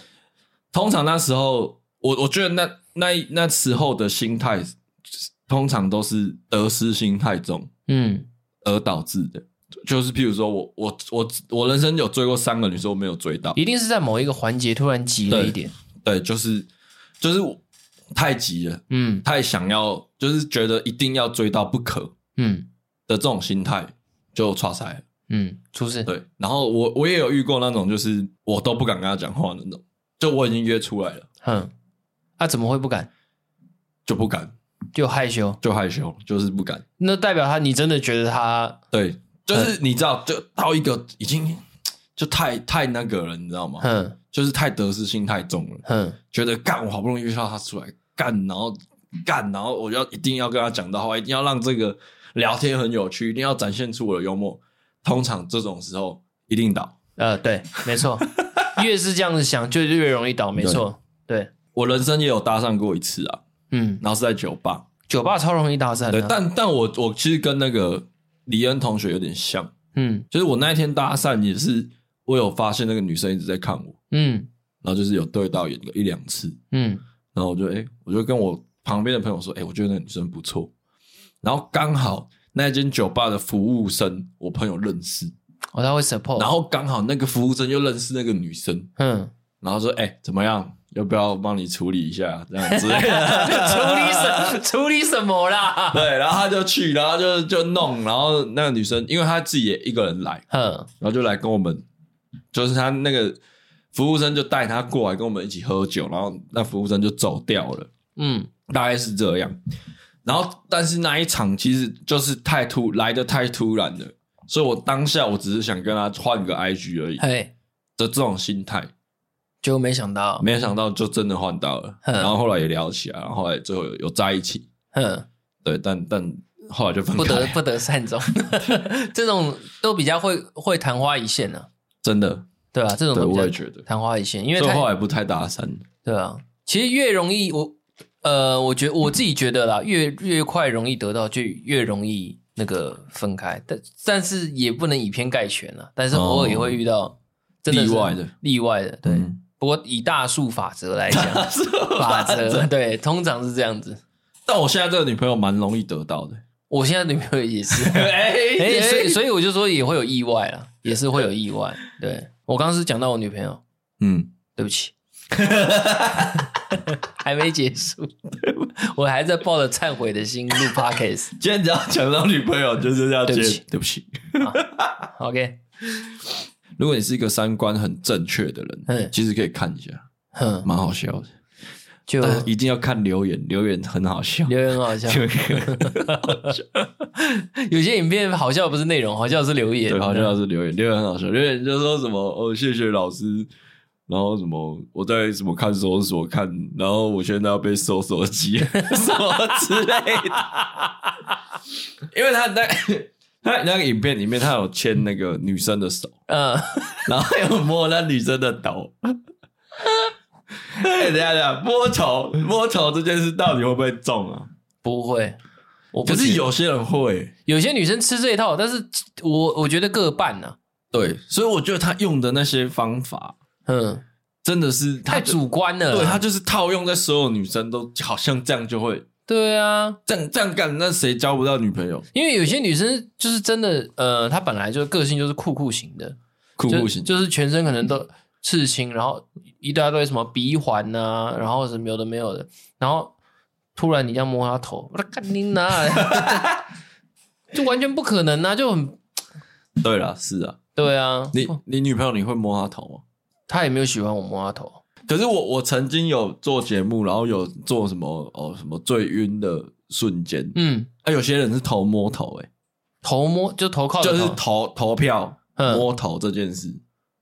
Speaker 1: 通常那时候，我我觉得那那那时候的心态，通常都是得失心太重
Speaker 2: 嗯
Speaker 1: 而导致的。就是譬如说我我我我人生有追过三个女生，我没有追到，
Speaker 2: 一定是在某一个环节突然急了
Speaker 1: 对
Speaker 2: 一点，
Speaker 1: 对，就是就是我太急了，
Speaker 2: 嗯
Speaker 1: 太想要，就是觉得一定要追到不可
Speaker 2: 嗯
Speaker 1: 的这种心态就岔赛了。
Speaker 2: 嗯，出事，
Speaker 1: 对，然后我我也有遇过那种，就是我都不敢跟他讲话的那种，就我已经约出来了，
Speaker 2: 哼，啊，怎么会不敢？
Speaker 1: 就不敢，
Speaker 2: 就害羞，
Speaker 1: 就害羞，就是不敢。
Speaker 2: 那代表他你真的觉得他
Speaker 1: 对，就是你知道，就到一个已经就太太那个了，你知道吗？
Speaker 2: 哼
Speaker 1: 就是太得失心太重了，
Speaker 2: 哼
Speaker 1: 觉得干我好不容易约到他出来干，然后干，然后我要一定要跟他讲到话，一定要让这个聊天很有趣，一定要展现出我的幽默。通常这种时候一定倒。
Speaker 2: 呃，对，没错，越是这样子想，就越容易倒，没错，对，
Speaker 1: 我人生也有搭讪过一次啊，
Speaker 2: 嗯，
Speaker 1: 然后是在酒吧。
Speaker 2: 酒吧超容易啊搭讪
Speaker 1: 对，
Speaker 2: 的，
Speaker 1: 但但我我其实跟那个李恩同学有点像，
Speaker 2: 嗯
Speaker 1: 就是我那一天搭讪也是，我有发现那个女生一直在看我，
Speaker 2: 嗯
Speaker 1: 然后就是有对到眼一两次，
Speaker 2: 嗯
Speaker 1: 然后我就哎、诶我就跟我旁边的朋友说，哎、我觉得那个女生不错，然后刚好那间酒吧的服务生我朋友认识，
Speaker 2: 哦，他会 support，
Speaker 1: 然后刚好那个服务生又认识那个女生，
Speaker 2: 嗯，
Speaker 1: 然后说，哎、怎么样？要不要帮你处理一下这样 之类的？
Speaker 2: 处理 什处理什么 啦？
Speaker 1: 对，然后他就去，然后就就弄，然后那个女生，因为她自己也一个人来，
Speaker 2: 哼
Speaker 1: 然后就来跟我们，就是他那个服务生就带他过来跟我们一起喝酒，然后那服务生就走掉了，
Speaker 2: 嗯
Speaker 1: 大概是这样。然后，但是那一场其实就是太突来的太突然了，所以我当下我只是想跟他换 个 IG 而已的
Speaker 2: 嘿，
Speaker 1: 这种心态，
Speaker 2: 就没想到，
Speaker 1: 没有想到就真的换到 了，
Speaker 2: 嗯
Speaker 1: 然后后来也聊起来，然后后来最后有有在一起，
Speaker 2: 哼，
Speaker 1: 对，但但后来就分
Speaker 2: 不得
Speaker 1: 开，
Speaker 2: 不得善终， 这种都比较会会昙花一现呢、啊，
Speaker 1: 真的，
Speaker 2: 对吧、这种
Speaker 1: 对，
Speaker 2: 都比
Speaker 1: 我也
Speaker 2: 较
Speaker 1: 觉得，
Speaker 2: 昙花一现，因为
Speaker 1: 所以
Speaker 2: 太
Speaker 1: 后来不太搭 讪，
Speaker 2: 对啊，其实越容易我呃，我觉我自己觉得啦，越越快容易得到，就越容易那个分开。但但是也不能以偏概全啊，但是偶尔也会遇到真的是
Speaker 1: 例外的
Speaker 2: 例外的，对。
Speaker 1: 哦嗯
Speaker 2: 不过以大数法则 来讲，法则对，通常是这样子。
Speaker 1: 但我现在这个女朋友蛮容易得到的。
Speaker 2: 我现在女朋友也是，
Speaker 1: 哎
Speaker 2: 哎，所以所以我就说也会有意外啦，也是会有意外。对我刚刚是讲到我女朋友，
Speaker 1: 嗯，
Speaker 2: 对不起， 还没结束， 我还在抱着忏悔的心录 podcast。
Speaker 1: 今天只要讲到女朋友，就是要
Speaker 2: 对不
Speaker 1: 接
Speaker 2: 起
Speaker 1: 对不起。
Speaker 2: OK，
Speaker 1: 如果你是一个三观很正确的人，
Speaker 2: 嗯
Speaker 1: 其实可以看一下，
Speaker 2: 哼，
Speaker 1: 蛮好笑的。
Speaker 2: 就
Speaker 1: 但一定要看留言，留言很好笑。
Speaker 2: 留言 很好笑，有些影片好笑不是内容，好笑是留言。
Speaker 1: 对，好像是留言，留言很好笑。留言就说什么哦，谢谢老师，然后什么我在什么看守所看，然后我现在要被收手机什么之类的。因为他那他那个影片里面，他有牵那个女生的手，
Speaker 2: 嗯，
Speaker 1: 然后有摸那女生的头。哎、等一下等一下，摸头摸头这件事到底会不会中啊？
Speaker 2: 不会，我不
Speaker 1: 可是
Speaker 2: 觉得
Speaker 1: 有些人会，
Speaker 2: 有些女生吃这一套，但是我我觉得各半啊呐、
Speaker 1: 对，所以我觉得他用的那些方法
Speaker 2: 嗯，
Speaker 1: 真的是他
Speaker 2: 太
Speaker 1: 就
Speaker 2: 主观了啦。
Speaker 1: 对他就是套用在所有女生都好像这样就会
Speaker 2: 对啊，
Speaker 1: 这样这样干，那谁交不到女朋友？
Speaker 2: 因为有些女生就是真的，呃，她本来就个性就是酷酷型的，
Speaker 1: 酷
Speaker 2: 就
Speaker 1: 酷型，
Speaker 2: 就是全身可能都刺青，然后一大堆什么鼻环呐、然后什么有的没有的，然后突然你这样摸她头，我说干你呐， 就完全不可能啊，就很
Speaker 1: 对啦，是啊，
Speaker 2: 对啊，
Speaker 1: 你你女朋友你会摸她头吗？
Speaker 2: 她也没有喜欢我摸她头，
Speaker 1: 可是我我曾经有做节目，然后有做什么哦什么最晕的瞬间，
Speaker 2: 嗯，
Speaker 1: 啊，有些人是头摸头、欸，
Speaker 2: 头摸就哦头靠
Speaker 1: 哎，
Speaker 2: 着
Speaker 1: 就是
Speaker 2: 头
Speaker 1: 投投票
Speaker 2: 嗯
Speaker 1: 摸头这件事，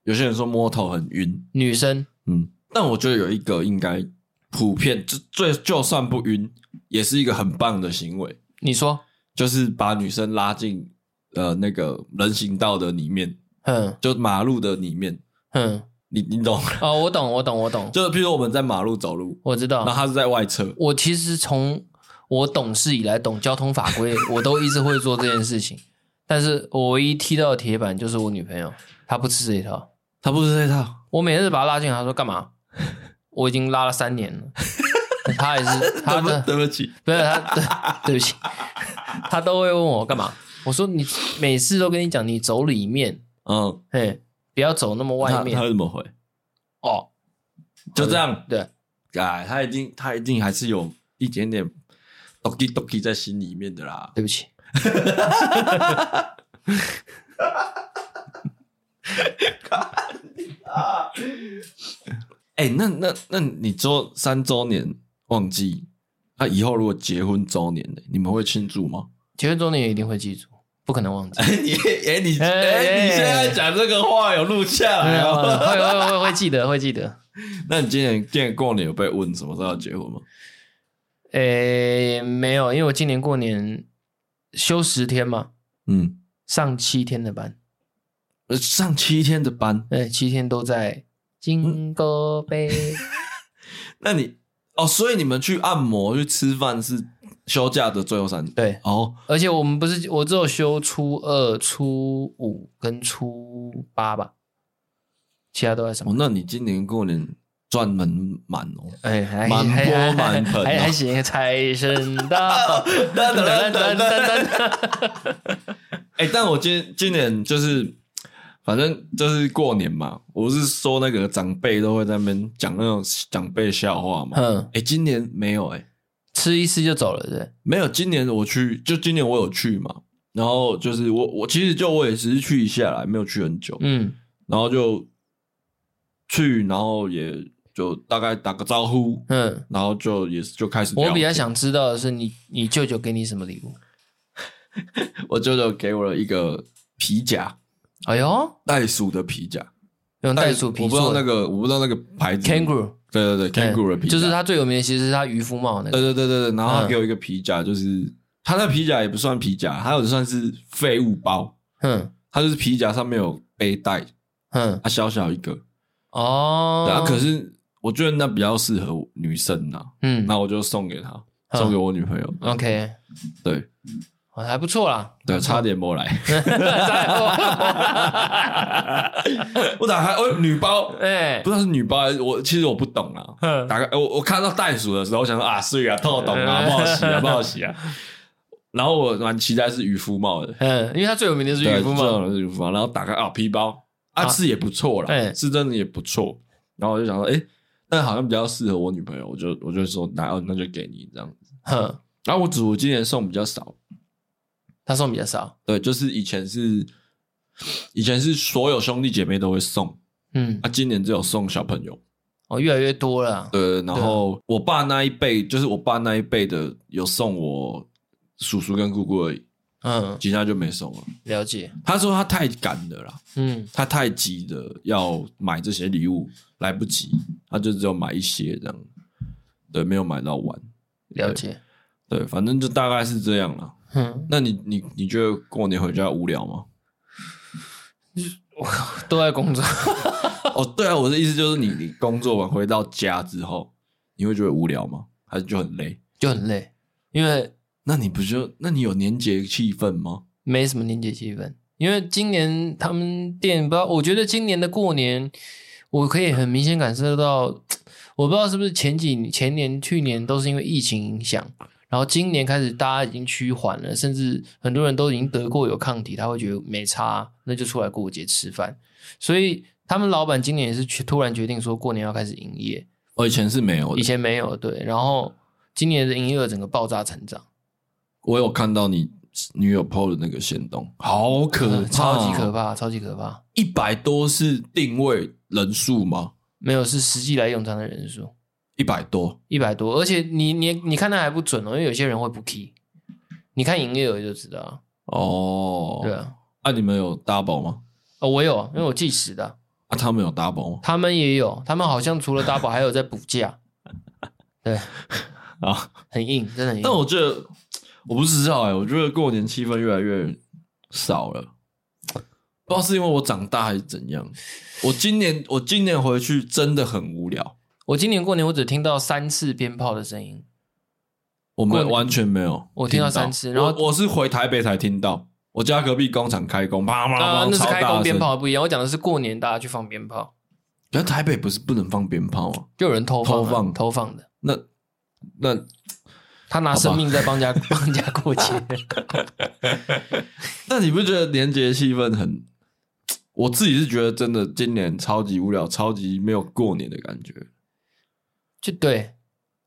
Speaker 1: 有些人说摸头很晕，
Speaker 2: 女生
Speaker 1: 嗯，但我觉得有一个应该普遍，就最就算不晕，也是一个很棒的行为，
Speaker 2: 你说，
Speaker 1: 就是把女生拉进呃那个人行道的里面，
Speaker 2: 嗯
Speaker 1: 就马路的里面，
Speaker 2: 嗯，
Speaker 1: 你你懂？
Speaker 2: 哦，我懂，我懂，我懂，
Speaker 1: 就是譬如我们在马路走路，
Speaker 2: 我知道
Speaker 1: 然后。他是在外侧，
Speaker 2: 我其实从我懂事以来，懂交通法规，我都一直会做这件事情。但是我唯一踢到的铁板就是我女朋友，她不吃这一套。
Speaker 1: 他不是这套。
Speaker 2: 我每次把她拉进来，她说干嘛？我已经拉了三年了，她 也是她
Speaker 1: 对不
Speaker 2: 的，
Speaker 1: 对不起，
Speaker 2: 不是她，对对不起，她都会问我干嘛。我说你每次都跟你讲，你走里面，
Speaker 1: 嗯，
Speaker 2: 嘿，不要走那么外
Speaker 1: 他
Speaker 2: 面
Speaker 1: 他怎么回？
Speaker 2: 哦。
Speaker 1: 就这样，
Speaker 2: 对，
Speaker 1: 哎，他一定他一定还是有一点点 doki doki 在心里面的啦。
Speaker 2: 对不起，
Speaker 1: 哎、那那那你做三周年忘记，那、以后如果结婚周年呢，你们会庆祝吗？
Speaker 2: 结婚周年也一定会记住，不可能忘记。
Speaker 1: 哎、你哎、你
Speaker 2: 哎哎
Speaker 1: 讲这个话有录下
Speaker 2: 没有啊
Speaker 1: 哦
Speaker 2: 会会会会记得，会记得。
Speaker 1: 那你今年今年过年有被问什么时候要结婚吗？
Speaker 2: 诶，没有，因为我今年过年休十天嘛，
Speaker 1: 嗯，
Speaker 2: 上七天的班，
Speaker 1: 呃上七天的班，
Speaker 2: 对，七天都在金戈杯。
Speaker 1: 那你哦，所以你们去按摩去吃饭是休假的最后三天
Speaker 2: 对，
Speaker 1: 哦，
Speaker 2: 而且我们不是，我只有休初二、初五跟初八吧，其他都在什
Speaker 1: 哦
Speaker 2: 么？，
Speaker 1: 那你今年过年赚门满哦。
Speaker 2: 哎，还
Speaker 1: 满
Speaker 2: 还
Speaker 1: 钵
Speaker 2: 还
Speaker 1: 满盆哦
Speaker 2: 还还行，财神到，
Speaker 1: 噔噔噔噔噔
Speaker 2: 噔，
Speaker 1: 哎、但我今今年就是，反正就是过年嘛，我是说那个长辈都会在那边讲那种长辈笑话嘛。哎、
Speaker 2: 嗯，
Speaker 1: 今年没有哎、
Speaker 2: 吃一吃就走了，对，
Speaker 1: 没有，今年我去，就今年我有去嘛。然后就是我我其实就我也只是去一下啦，没有去很久。
Speaker 2: 嗯
Speaker 1: 然后就去，然后也就大概打个招呼，
Speaker 2: 嗯。
Speaker 1: 然后就也是就开始聊。
Speaker 2: 我比较想知道的是你，你舅舅给你什么礼物？
Speaker 1: 我舅舅给我了一个皮夹，
Speaker 2: 哎呦，
Speaker 1: 袋鼠的皮夹，
Speaker 2: 用袋鼠皮
Speaker 1: 我不知道那
Speaker 2: 做的
Speaker 1: 个我不知道那个牌子。
Speaker 2: kangaroo
Speaker 1: 对对对
Speaker 2: 对
Speaker 1: ，Kangaroo 的皮夹，呃
Speaker 2: 就是它最有名的，其实是它渔夫帽那
Speaker 1: 对
Speaker 2: 个。
Speaker 1: 对对对对，然后他
Speaker 2: 嗯
Speaker 1: 给我一个皮夹，就是他那皮夹也不算皮夹，他有的算是废物包，
Speaker 2: 嗯
Speaker 1: 他就是皮夹上面有背带，
Speaker 2: 嗯
Speaker 1: 它小小一个，
Speaker 2: 哦
Speaker 1: 对，啊，可是我觉得那比较适合女生呐，
Speaker 2: 嗯
Speaker 1: 那我就送给她，
Speaker 2: 嗯
Speaker 1: 送给我女朋友，
Speaker 2: ，OK，
Speaker 1: 对
Speaker 2: 哦还不错啦。
Speaker 1: 对，差点没来， 我打开哦，女包，
Speaker 2: 哎
Speaker 1: 不，知道是女包还是我，其实我不懂啊，
Speaker 2: 嗯
Speaker 1: 打开我我看到袋鼠的时候，我想说啊，是啊，透懂 啊，不好洗啊，不好洗啊，然后我蛮期待是渔夫帽的。
Speaker 2: 嗯，因为它最有名的是
Speaker 1: 对，
Speaker 2: 渔夫帽。
Speaker 1: 这种渔夫帽，然后打开啊皮包啊
Speaker 2: 啊
Speaker 1: 是也不错啦，
Speaker 2: 哎
Speaker 1: 是真的也不错。然后我就想说，哎、那好像比较适合我女朋友，我就我就说，那哦那就给你这样子。
Speaker 2: 哼，
Speaker 1: 然后我只我今年送比较少，
Speaker 2: 他送比较少。
Speaker 1: 对，就是以前是以前是所有兄弟姐妹都会送，
Speaker 2: 嗯，
Speaker 1: 啊，今年只有送小朋友。
Speaker 2: 哦，越来越多了。
Speaker 1: 对，然后我爸那一辈，就是我爸那一辈的有送我叔叔跟姑姑而已，
Speaker 2: 嗯，
Speaker 1: 其他就没送了。
Speaker 2: 了解。
Speaker 1: 他说他太赶了啦，
Speaker 2: 嗯
Speaker 1: 他太急的要买这些礼物，来不及，他就只有买一些这样，对，没有买到完，
Speaker 2: 了解。
Speaker 1: 对，反正就大概是这样了。
Speaker 2: 嗯，
Speaker 1: 那你你你觉得过年回家无聊吗？
Speaker 2: 都在工作。
Speaker 1: 哦，对啊，我的意思就是你你工作完回到家之后，你会觉得无聊吗？还是就很累？
Speaker 2: 就很累，因为
Speaker 1: 那你不就那你有年节气氛吗？
Speaker 2: 没什么年节气氛，因为今年他们店不知道，我觉得今年的过年，我可以很明显感受到，我不知道是不是前几前年、去年都是因为疫情影响，然后今年开始大家已经趋缓了，甚至很多人都已经得过有抗体，他会觉得没差，那就出来过节吃饭，所以他们老板今年也是去突然决定说过年要开始营业，
Speaker 1: 哦我以前是没有的
Speaker 2: 以，前没有对，然后今年的营业额整个爆炸成长。
Speaker 1: 我有看到你女友 PO 的那个行动，嗯好可怕，
Speaker 2: 超级可，怕，超级可怕。
Speaker 1: 一百多是定位人数吗？
Speaker 2: 没有是实际来用餐的人数
Speaker 1: 一百多，
Speaker 2: 一百多，而且你你你看那还不准哦，因为有些人会不 key，你看营业额就知道啊。
Speaker 1: 哦，
Speaker 2: 对，啊，
Speaker 1: 啊，你们有 double 吗？
Speaker 2: 哦，我有啊，因为我计时的啊，
Speaker 1: 啊，他们有 double 吗？
Speaker 2: 他们也有，他们好像除了 double 还有在补价，对，
Speaker 1: 啊，
Speaker 2: 很硬，真的很硬。
Speaker 1: 但我觉得我不知道哎、我觉得过年气氛越来越少了，不知道是因为我长大还是怎样。我今年我今年回去真的很无聊，
Speaker 2: 我今年过年我只听到三次鞭炮的声音，
Speaker 1: 我
Speaker 2: 过
Speaker 1: 们
Speaker 2: 年
Speaker 1: 完全没有，
Speaker 2: 我听到三次然后
Speaker 1: 我我是回台北才听到，我家隔壁工厂开工，啪啪
Speaker 2: 啊
Speaker 1: 啪，，
Speaker 2: 那是
Speaker 1: 超
Speaker 2: 开
Speaker 1: 大
Speaker 2: 工鞭
Speaker 1: 声。
Speaker 2: 炮不一样，我讲的是过年大家去放鞭炮，
Speaker 1: 可是台北不是不能放鞭炮吗？
Speaker 2: 就有人偷放
Speaker 1: 偷
Speaker 2: 啊
Speaker 1: 放
Speaker 2: 偷放的，
Speaker 1: 那那
Speaker 2: 他拿生命在帮家 帮人家 过节，
Speaker 1: 那你不觉得年节气氛很？我自己是觉得真的今年超级无聊，超级没有过年的感觉。
Speaker 2: 就对，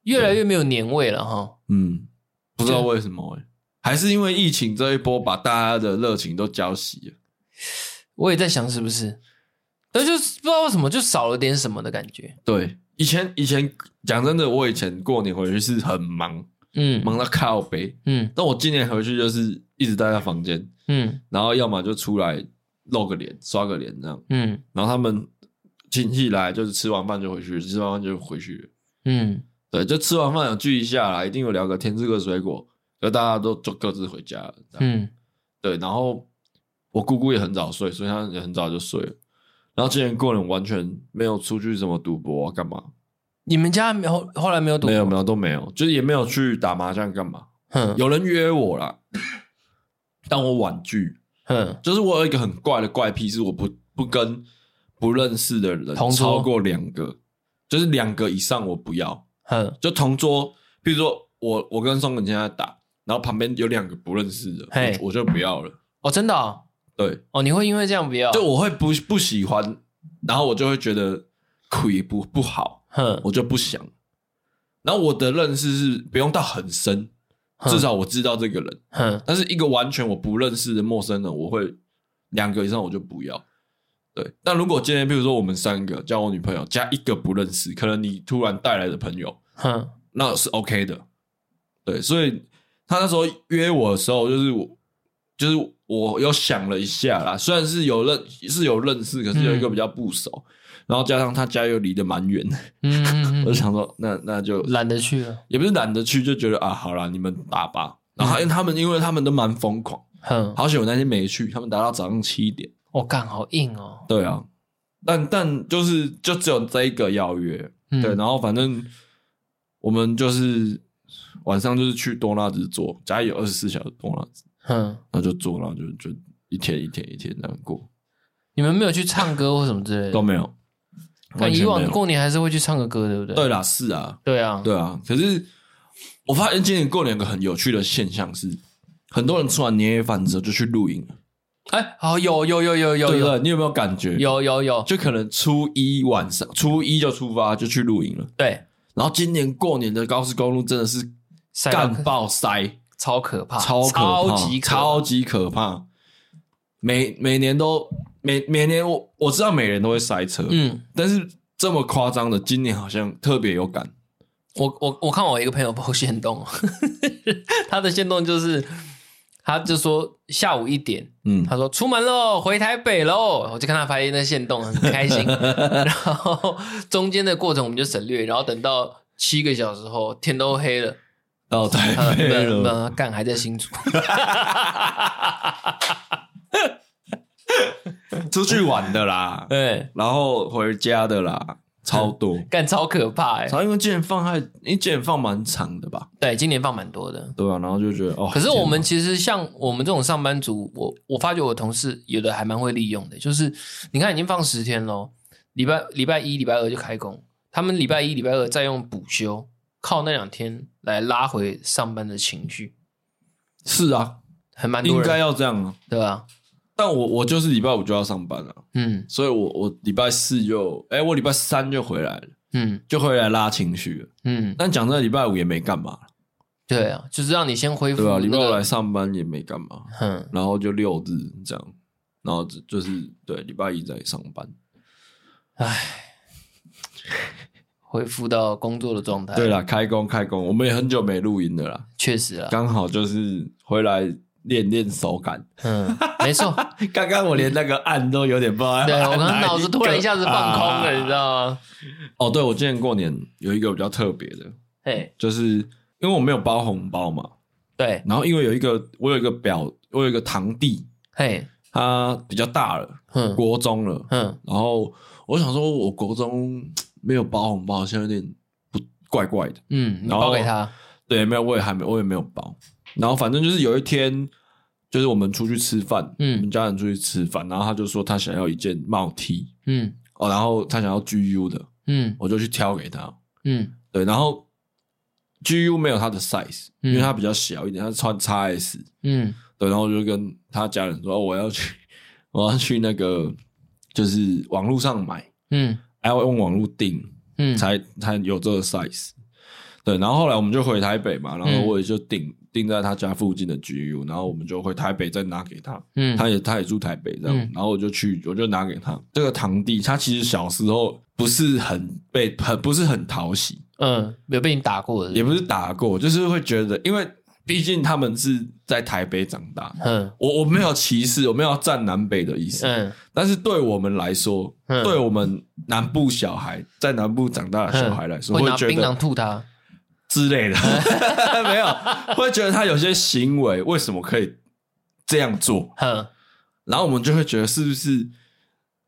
Speaker 2: 越来越没有年味了哈。
Speaker 1: 嗯，不知道为什么、欸、还是因为疫情这一波把大家的热情都浇熄了。
Speaker 2: 我也在想是不是，但就是不知道为什么就少了点什么的感觉。
Speaker 1: 对，以前以前讲真的，我以前过年回去是很忙，
Speaker 2: 嗯
Speaker 1: 忙到靠背。
Speaker 2: 嗯
Speaker 1: 但我今年回去就是一直待在房间，
Speaker 2: 嗯
Speaker 1: 然后要么就出来露个脸、刷个脸这样。
Speaker 2: 嗯
Speaker 1: 然后他们亲戚来就是吃完饭就回去，吃完饭就回去了。
Speaker 2: 嗯，
Speaker 1: 对，就吃完饭有聚一下啦，一定有聊个天，吃个水果，就大家都就各自回家了。这样
Speaker 2: 嗯
Speaker 1: 对，然后我姑姑也很早睡，所以她也很早就睡了。然后今年过年完全没有出去什么赌博啊，干嘛？
Speaker 2: 你们家没后后来没有赌？
Speaker 1: 没有没有都没有，就是也没有去打麻将干嘛。
Speaker 2: 哼
Speaker 1: 有人约我啦， 但我婉拒。
Speaker 2: 哼，
Speaker 1: 就是我有一个很怪的怪癖，是我不不跟不认识的人
Speaker 2: 同桌
Speaker 1: 超过两个，就是两个以上我不要。
Speaker 2: 哼
Speaker 1: 就同桌，比如说我我跟宋耿现在打，然后旁边有两个不认识的，
Speaker 2: 嘿
Speaker 1: 我就我就不要了。
Speaker 2: 哦，真的哦，
Speaker 1: 对，
Speaker 2: 哦你会因为这样不要？
Speaker 1: 就我会不不喜欢，然后我就会觉得亏不不好，
Speaker 2: 哼
Speaker 1: 我就不想。然后我的认识是不用到很深，
Speaker 2: 哼
Speaker 1: 至少我知道这个人。
Speaker 2: 哼
Speaker 1: 但是一个完全我不认识的陌生人，我会两个以上我就不要。对，但如果今天比如说我们三个加我女朋友加一个不认识，可能你突然带来的朋友，
Speaker 2: 哼。
Speaker 1: 那是 OK 的。对，所以他那时候约我的时候，就是我，就是我有想了一下啦，虽然是有认是有认识，可是有一个比较不熟，然后加上他家又离得蛮远，
Speaker 2: 嗯嗯
Speaker 1: 我
Speaker 2: 嗯
Speaker 1: 就想说，那那就
Speaker 2: 嗯，懒得去了。
Speaker 1: 也不是懒得去，就觉得啊，好啦，你们打吧。然后因为他们，因为他们都蛮疯狂，
Speaker 2: 哼，
Speaker 1: 好险我那天没去，他们打到早上七点。
Speaker 2: 我干、好硬哦。
Speaker 1: 对啊，但但就是就只有这一个邀约，
Speaker 2: 嗯
Speaker 1: 对，然后反正我们就是晚上就是去多纳兹做，家里有二十四小时多纳兹，
Speaker 2: 哼，
Speaker 1: 然后就做，然后就就一天一天一天这样过，
Speaker 2: 你们没有去唱歌或什么之类
Speaker 1: 都
Speaker 2: 的？
Speaker 1: 没有，
Speaker 2: 那
Speaker 1: 完
Speaker 2: 以
Speaker 1: 全没
Speaker 2: 往
Speaker 1: 有。
Speaker 2: 过年还是会去唱个歌，对不对？
Speaker 1: 对啦，是啊，
Speaker 2: 对啊，
Speaker 1: 对啊，可是我发现今年过年有个很有趣的现象是，很多人吃完年夜饭之后就去露营了，
Speaker 2: 哎，好有有有有有
Speaker 1: 对不
Speaker 2: 有
Speaker 1: 对？你有没有感觉？，
Speaker 2: 啊有有有，
Speaker 1: 就可能初一晚上，初一就出发就去露营了。
Speaker 2: 对，
Speaker 1: 然后今年过年的高速公路真的是
Speaker 2: 塞到
Speaker 1: 干爆塞，
Speaker 2: 超可怕，
Speaker 1: 超可怕
Speaker 2: 超级可怕
Speaker 1: 超级可怕。每每年都每每年我我知道每年都会塞车，
Speaker 2: 嗯，
Speaker 1: 但是这么夸张的，今年好像特别有感。
Speaker 2: 我我我看我一个朋友抛线动， 他的线动就是，他就说下午一点，
Speaker 1: 嗯，
Speaker 2: 他说出门喽，回台北喽，我就看他拍那线动，很 开心。然后中间的过程我们就省略，然后等到七个小时后天都 黑了，
Speaker 1: 到
Speaker 2: 他
Speaker 1: 台北了，
Speaker 2: 那干还在 新竹，嗯
Speaker 1: 出去玩的啦，
Speaker 2: 对，
Speaker 1: 然后回家的啦，超多。
Speaker 2: 干超可怕哎、
Speaker 1: 然后因为今年放还，因为今年放蛮长的吧，
Speaker 2: 对，今年放蛮多的。
Speaker 1: 对吧、然后就觉得哦，
Speaker 2: 可是我们
Speaker 1: 天
Speaker 2: 其实像我们这种上班族，我我发觉我同事有的还蛮会利用的，就是你看已经放十天喽，礼拜礼拜一、礼拜二就开工，他们礼拜一、礼拜二再用补休，靠那两天来拉回上班的情绪，
Speaker 1: 哪是啊，
Speaker 2: 还蛮多
Speaker 1: 应该
Speaker 2: 人
Speaker 1: 要这样啊。
Speaker 2: 对吧？
Speaker 1: 但我我就是礼拜五就要上班了、
Speaker 2: 嗯
Speaker 1: 所以我我礼拜四就，哎、我礼拜三就回来了，
Speaker 2: 嗯
Speaker 1: 就回来拉情绪了。
Speaker 2: 嗯，
Speaker 1: 但讲真的，礼拜五也没干嘛，
Speaker 2: 对啊，就是让你先恢复
Speaker 1: 对吧、
Speaker 2: 那个、
Speaker 1: 礼拜五来上班也没干嘛，
Speaker 2: 哼，
Speaker 1: 然后就六日这样，然后就就是对礼拜一在上班，
Speaker 2: 唉，恢复到工作的状态。
Speaker 1: 对，了，开工开工，我们也很久没录音了啦，
Speaker 2: 确实啊，
Speaker 1: 刚好就是回来练练手感。
Speaker 2: 嗯，没错。
Speaker 1: 刚刚我连那个按都有点不知道要按哪一
Speaker 2: 对
Speaker 1: 个，
Speaker 2: 我刚刚脑子突然一下子放空了，你知
Speaker 1: 啊？
Speaker 2: 道吗？
Speaker 1: 哦，对，我今年过年有一个比较特别的，
Speaker 2: 嘿，
Speaker 1: 就是因为我没有包红包嘛，
Speaker 2: 对，
Speaker 1: 然后因为有一个我有一个表，我有一个堂弟，
Speaker 2: 嘿，
Speaker 1: 他比较大了，
Speaker 2: 哼，
Speaker 1: 国中了，
Speaker 2: 哼，
Speaker 1: 然后我想说，我国中没有包红包，好像有点不怪怪的。
Speaker 2: 嗯，你
Speaker 1: 然后
Speaker 2: 包给他，
Speaker 1: 对，没有，我也还没，我也没有包。然后反正就是有一天，就是我们出去吃饭，
Speaker 2: 嗯
Speaker 1: 我们家人出去吃饭，然后他就说他想要一件帽 T
Speaker 2: 嗯
Speaker 1: 哦，然后他想要 GU 的，
Speaker 2: 嗯
Speaker 1: 我就去挑给他。
Speaker 2: 嗯
Speaker 1: 对，然后 GU 没有他的 size，、
Speaker 2: 嗯
Speaker 1: 因为他比较小一点，他穿 XS。
Speaker 2: 嗯
Speaker 1: 对，然后我就跟他家人说，哦我要去，我要去那个就是网络上买，
Speaker 2: 嗯
Speaker 1: 还要用网络订。
Speaker 2: 嗯，
Speaker 1: 才才有这个 size。对，然后后来我们就回台北嘛，
Speaker 2: 嗯
Speaker 1: 然后我也就定、定在他家附近的 GU，然后我们就回台北再拿给他，
Speaker 2: 嗯
Speaker 1: 他也他也住台北这样，
Speaker 2: 嗯
Speaker 1: 然后我就去我就拿给他这个堂弟，他其实小时候不是很被很不是很讨喜，
Speaker 2: 嗯，有被你打过的，
Speaker 1: 也不是打过，就是会觉得，因为毕竟他们是在台北长大，
Speaker 2: 嗯
Speaker 1: 我我没有歧视，我没有要站南北的意思，
Speaker 2: 嗯
Speaker 1: 但是对我们来说，
Speaker 2: 嗯
Speaker 1: 对我们南部小孩在南部长大的小孩来说，
Speaker 2: 嗯会
Speaker 1: 会
Speaker 2: 拿
Speaker 1: 觉
Speaker 2: 槟
Speaker 1: 得
Speaker 2: 榔吐他，
Speaker 1: 之类 的，没有，会觉得他有些行为为什么可以这样做，
Speaker 2: 哼，
Speaker 1: 然后我们就会觉得是不是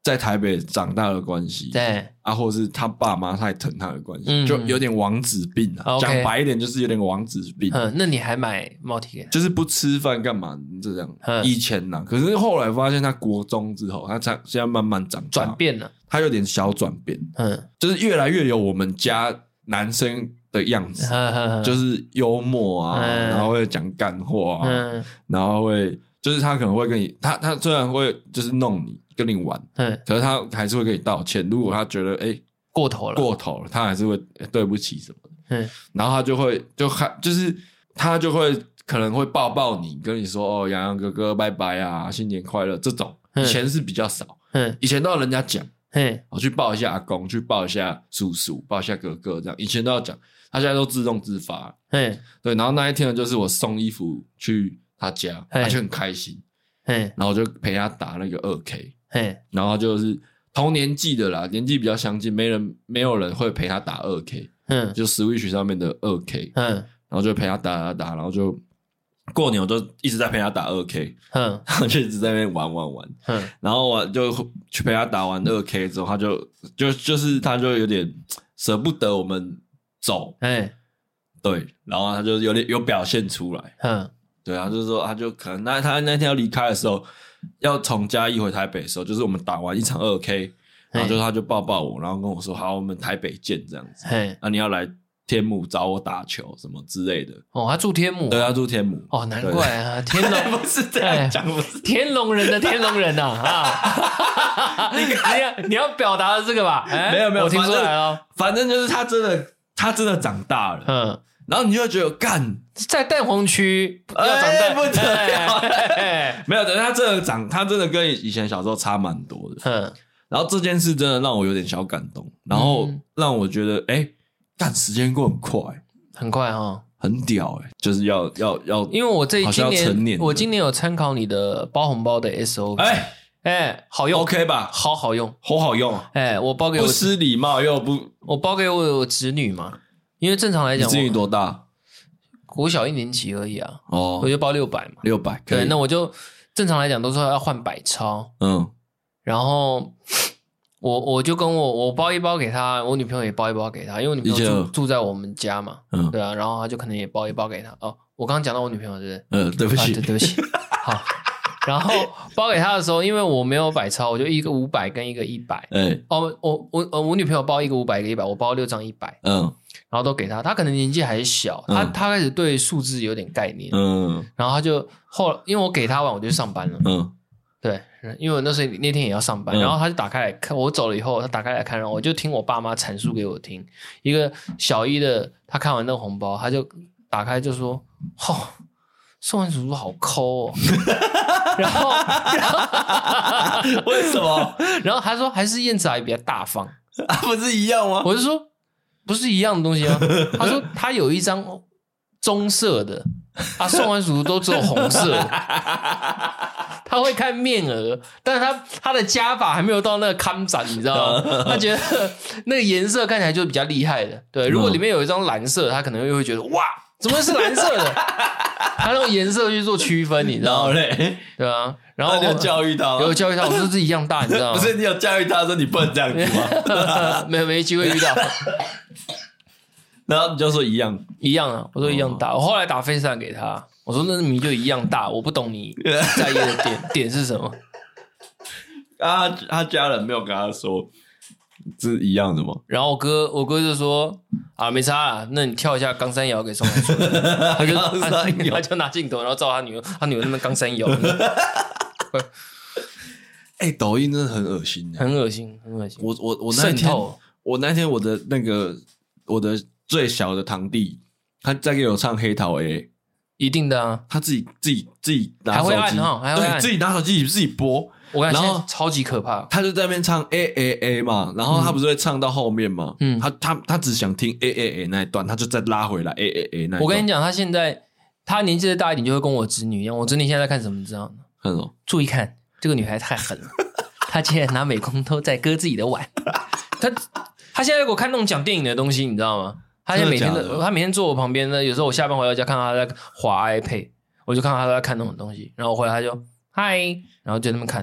Speaker 1: 在台北长大的关系，
Speaker 2: 对，
Speaker 1: 啊，或是他爸妈太疼他的关系，
Speaker 2: 嗯
Speaker 1: 就有点王子病啊。
Speaker 2: OK
Speaker 1: 讲白一点，就是有点王子病，
Speaker 2: 嗯，那你还买帽 T 给他？
Speaker 1: 就是不吃饭干嘛这样。
Speaker 2: 嗯
Speaker 1: 以前呢、可是后来发现他国中之后，他才现在慢慢长大
Speaker 2: 转，变了，
Speaker 1: 他有点小转变，
Speaker 2: 嗯，
Speaker 1: 就是越来越有我们家男生的样子。
Speaker 2: 哼哼哼
Speaker 1: 就是幽默啊，
Speaker 2: 嗯
Speaker 1: 然后会讲干话啊，
Speaker 2: 嗯
Speaker 1: 然后会就是他可能会跟你，他他虽然会就是弄你跟你玩，
Speaker 2: 嗯，
Speaker 1: 可是他还是会跟你道歉。如果他觉得哎、诶
Speaker 2: 过头了，
Speaker 1: 过头了，他还是会、诶对不起什么的，
Speaker 2: 嗯
Speaker 1: 然后他就会就还就是他就会可能会抱抱你，跟你说哦，洋洋哥哥拜拜啊，新年快乐这种。
Speaker 2: 嗯
Speaker 1: 以前是比较少，
Speaker 2: 嗯
Speaker 1: 以前都要人家讲，
Speaker 2: 嗯
Speaker 1: 我去抱一下阿公，去抱一下叔叔，抱一下哥哥这样，以前都要讲，他现在都自动自发了。
Speaker 2: 嗯
Speaker 1: 对，然后那一天呢，就是我送衣服去他家，
Speaker 2: 嘿
Speaker 1: 他就很开心，
Speaker 2: 嗯
Speaker 1: 然后我就陪他打那个二 K，
Speaker 2: 嗯，
Speaker 1: 然后他就是同年纪的啦，年纪比较相近，没人没有人会陪他打二 K，
Speaker 2: 嗯
Speaker 1: 就 Switch 上面的二 K，
Speaker 2: 嗯
Speaker 1: 然后就陪他打打打，然后就过年我就一直在陪他打二 K，
Speaker 2: 嗯
Speaker 1: 然后就一直在那边玩玩玩，
Speaker 2: 嗯
Speaker 1: 然后我就去陪他打完二 K 之后，他就就就是他就有点舍不得我们走，
Speaker 2: 嗯
Speaker 1: 对，然后他就有点有表现出来。
Speaker 2: 嗯
Speaker 1: 对啊，就是说他就可能那他那天要离开的时候，要从嘉义回台北的时候，就是我们打完一场二 K，然后就他就抱抱我，然后跟我说好，我们台北见这样子。
Speaker 2: 嗯，
Speaker 1: 啊那、你要来天母找我打球什么之类的。
Speaker 2: 哦，他住天母，
Speaker 1: 对，他住天母。
Speaker 2: 哦，难 怪啊，天
Speaker 1: 对，
Speaker 2: 龙
Speaker 1: 不是这样讲，不是。
Speaker 2: 天龙人的天龙 人呐啊！你要你要表达的这个吧？哎
Speaker 1: 没有没有
Speaker 2: 我听出
Speaker 1: 反
Speaker 2: 来
Speaker 1: 正
Speaker 2: 了。
Speaker 1: 反正就是他真的，他真的长大了，
Speaker 2: 嗯，
Speaker 1: 然后你就会觉得干
Speaker 2: 在蛋黄区要长
Speaker 1: 哎
Speaker 2: 大
Speaker 1: 不得了
Speaker 2: 哎
Speaker 1: 没有，等他真的长，他真的跟以前小时候差蛮多的。
Speaker 2: 嗯
Speaker 1: 然后这件事真的让我有点小感动，然后
Speaker 2: 嗯
Speaker 1: 让我觉得，哎、干时间过很快、
Speaker 2: 很快哈，
Speaker 1: 很屌哎、就是要要要，
Speaker 2: 因为我这
Speaker 1: 好像
Speaker 2: 今
Speaker 1: 要成年
Speaker 2: 年
Speaker 1: 了
Speaker 2: 我今年有参考你的包红包的 SOP，哎
Speaker 1: 哎、
Speaker 2: 好用
Speaker 1: OK 吧，
Speaker 2: 好好用。
Speaker 1: 好好用啊，
Speaker 2: 哎，我包给
Speaker 1: 不
Speaker 2: 我
Speaker 1: 失礼貌又不。
Speaker 2: 我包给我我侄女嘛，因为正常来
Speaker 1: 你
Speaker 2: 讲，
Speaker 1: 自己
Speaker 2: 我
Speaker 1: 多大？
Speaker 2: 国小一年级而已啊，
Speaker 1: 哦
Speaker 2: 我，就包六百嘛。
Speaker 1: 六百可
Speaker 2: 对，
Speaker 1: 以。
Speaker 2: 那我就正常来讲都说要换百超，
Speaker 1: 嗯
Speaker 2: 然后我我就跟我我包一包给他，我女朋友也包一包给他，因为我女朋友
Speaker 1: 1200
Speaker 2: 住住在我们家嘛，
Speaker 1: 嗯
Speaker 2: 对啊，然后他就可能也包一包给他。哦，我刚刚讲到我女朋友对
Speaker 1: 嗯，对不
Speaker 2: 不对？啊，
Speaker 1: 起
Speaker 2: 对，，对不起，好。然后包给他的时候，因为我没有百超，我就一个五百跟一个一百。
Speaker 1: 哎
Speaker 2: 哦，我我呃我女朋友包一个五百，一个一百，我包六张一百，
Speaker 1: 嗯
Speaker 2: 然后都给他。他可能年纪还小，他
Speaker 1: 嗯
Speaker 2: 他开始对数字有点概念，
Speaker 1: 嗯
Speaker 2: 然后他就后因为我给他完我就去上班了，
Speaker 1: 嗯
Speaker 2: 对，因为我那时候那天也要上班，
Speaker 1: 嗯
Speaker 2: 然后他就打开来看，我走了以后，他打开来看，然后我就听我爸妈阐述给我听。一个小一的，他看完那个红包，他就打开就说：“吼、哦，宋文叔叔好抠哦。” 然后，然后，
Speaker 1: 为什么？
Speaker 2: 然后他说还是燕子阿姨比较大方。
Speaker 1: 啊，不是一样吗？
Speaker 2: 我就说不是一样的东西啊。他 说他有一张棕色的，啊，送完鼠都只有红色的。他会看面额，但是他他的加法还没有到那个康展，你知道吗？他 觉得那个颜色看起来就是比较厉害的。对，
Speaker 1: 嗯
Speaker 2: 如果里面有一张蓝色，他可能又会觉得哇，怎么会是蓝色的？他用颜色去做区分，你
Speaker 1: 然
Speaker 2: 知道
Speaker 1: 后
Speaker 2: 吗？
Speaker 1: 嘞，
Speaker 2: 对啊，
Speaker 1: 然
Speaker 2: 然后
Speaker 1: 后你有教育他
Speaker 2: 有
Speaker 1: 吗？
Speaker 2: 教育他，我说是一样大，你知道
Speaker 1: 哦啊 不
Speaker 2: 吗？
Speaker 1: 是你有教育他说你不能这样子吗？
Speaker 2: 没有没机会遇到，
Speaker 1: 然后你就说一样，
Speaker 2: 一样啊，我说一
Speaker 1: 哦
Speaker 2: 样大。我后来打飞扇给他，我说那名就一样 大，我不懂你在意的点点是什么。
Speaker 1: 啊，他家人没有跟他说这是一样的吗？
Speaker 2: 然后我哥我哥就说啊没差啦，那你跳一下冈山摇给宋老师， 他就
Speaker 1: 冈
Speaker 2: 他
Speaker 1: 山摇
Speaker 2: 他就拿镜头，然后照他女儿，他女儿在那边冈山摇，
Speaker 1: 哎，抖音真的很恶心欸
Speaker 2: 很恶心，很恶心，
Speaker 1: 我我我那
Speaker 2: 渗
Speaker 1: 天
Speaker 2: 透
Speaker 1: 我那天我的那个我的最小的堂弟，他在给我唱黑桃 A，
Speaker 2: 一定的啊。
Speaker 1: 他自己自己自己拿
Speaker 2: 还
Speaker 1: 手
Speaker 2: 会
Speaker 1: 机，
Speaker 2: 按哦还会按
Speaker 1: 对，自己拿手机自己播，
Speaker 2: 我感觉
Speaker 1: 然后
Speaker 2: 现在超级可怕，
Speaker 1: 他就在那边唱 A A A 嘛，然后他不是会唱到后面嘛，
Speaker 2: 嗯
Speaker 1: 他他他只想听 A A A 那一段，他就再拉回来 A A A 那一段。
Speaker 2: 我跟你
Speaker 1: 讲，
Speaker 2: 讲，他现在他年纪再大一点，就会跟我侄女一样。我侄女现在在看什么，你知道吗？
Speaker 1: 看哦，
Speaker 2: 注意看，这个女孩太 狠了，她竟然拿美工刀在割自己的碗。她她现在给我看那种讲电影的东西，你知道吗？她现在每天
Speaker 1: 真的假
Speaker 2: 都，
Speaker 1: 的
Speaker 2: 她每天坐我旁边呢。有时候我下班回到家，看到她在滑 iPad，我就看到她在看那种东西。然后我回来，她就嗨， 然后就在那么看，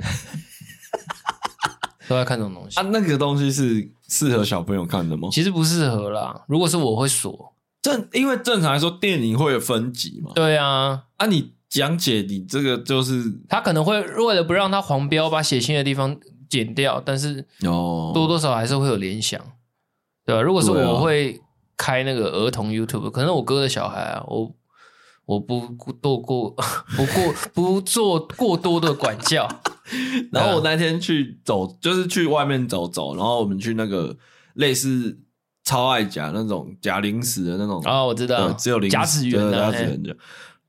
Speaker 2: 都在看这种东西
Speaker 1: 啊，。那个东西是适合小朋友看的吗？
Speaker 2: 其实不适合啦。如果是我会锁，
Speaker 1: 正因为正常来说电影会有分级嘛，
Speaker 2: 对啊，
Speaker 1: 啊，你讲解你这个就是
Speaker 2: 他可能会为了不让他黄标，把写信的地方剪掉，但是
Speaker 1: 哦
Speaker 2: 多多少少还是会有联想，对吧、如果是
Speaker 1: 对啊
Speaker 2: 我会开那个儿童 YouTube，可能我哥的小孩啊，我我不多过 不过不做过多的管教，啊
Speaker 1: 然后我那天去走，就是去外面走走，然后我们去那个类似超爱夹那种夹零食的那种
Speaker 2: 啊，我知道
Speaker 1: 对，只有零食
Speaker 2: 甲子园
Speaker 1: 对
Speaker 2: 啊，
Speaker 1: 甲子
Speaker 2: 哎
Speaker 1: 园的。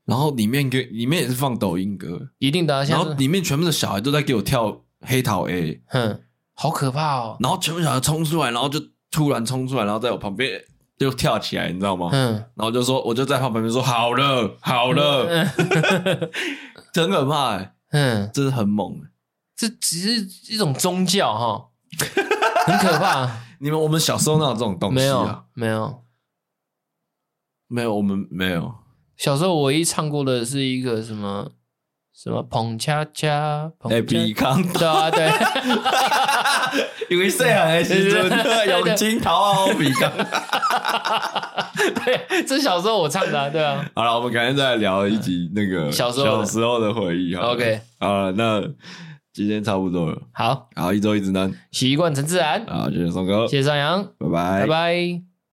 Speaker 1: 然后里面给里面也是放抖音歌，
Speaker 2: 一定的啊、现
Speaker 1: 然后
Speaker 2: 在是
Speaker 1: 里面全部的小孩都在给我跳黑桃 A，
Speaker 2: 哼，好可怕哦，
Speaker 1: 然后全部小孩冲出来，然后就突然冲出来，然后在我旁边就跳起来，你知道吗？
Speaker 2: 嗯，
Speaker 1: 然后就说，我就在他旁边说好了，好了，真可怕、欸，
Speaker 2: 嗯，
Speaker 1: 真的很猛、欸
Speaker 2: 这只是一种宗教哈，很 可怕，
Speaker 1: 你们我们小时候哪有这种东西
Speaker 2: 没
Speaker 1: 啊
Speaker 2: 有？没有。
Speaker 1: 没有，我们没有。
Speaker 2: 小时候我唯一唱过的是一个什么什么捧恰恰捧
Speaker 1: 哎，
Speaker 2: 恰
Speaker 1: 比康
Speaker 2: 对啊对，
Speaker 1: 因为细啊汉的时阵，用金头啊，我比 康。
Speaker 2: 对， 这小时候我唱的、啊，对啊。
Speaker 1: 好了，我们改天再来聊一集那个
Speaker 2: 小时候
Speaker 1: 小
Speaker 2: 的
Speaker 1: 时候的回忆好了。
Speaker 2: OK，
Speaker 1: 好了，那今天差不多了。
Speaker 2: 好，
Speaker 1: 好，一周一直呢，
Speaker 2: 习惯成自然，
Speaker 1: 好，谢谢松哥，
Speaker 2: 谢谢张扬，
Speaker 1: 拜拜
Speaker 2: 拜拜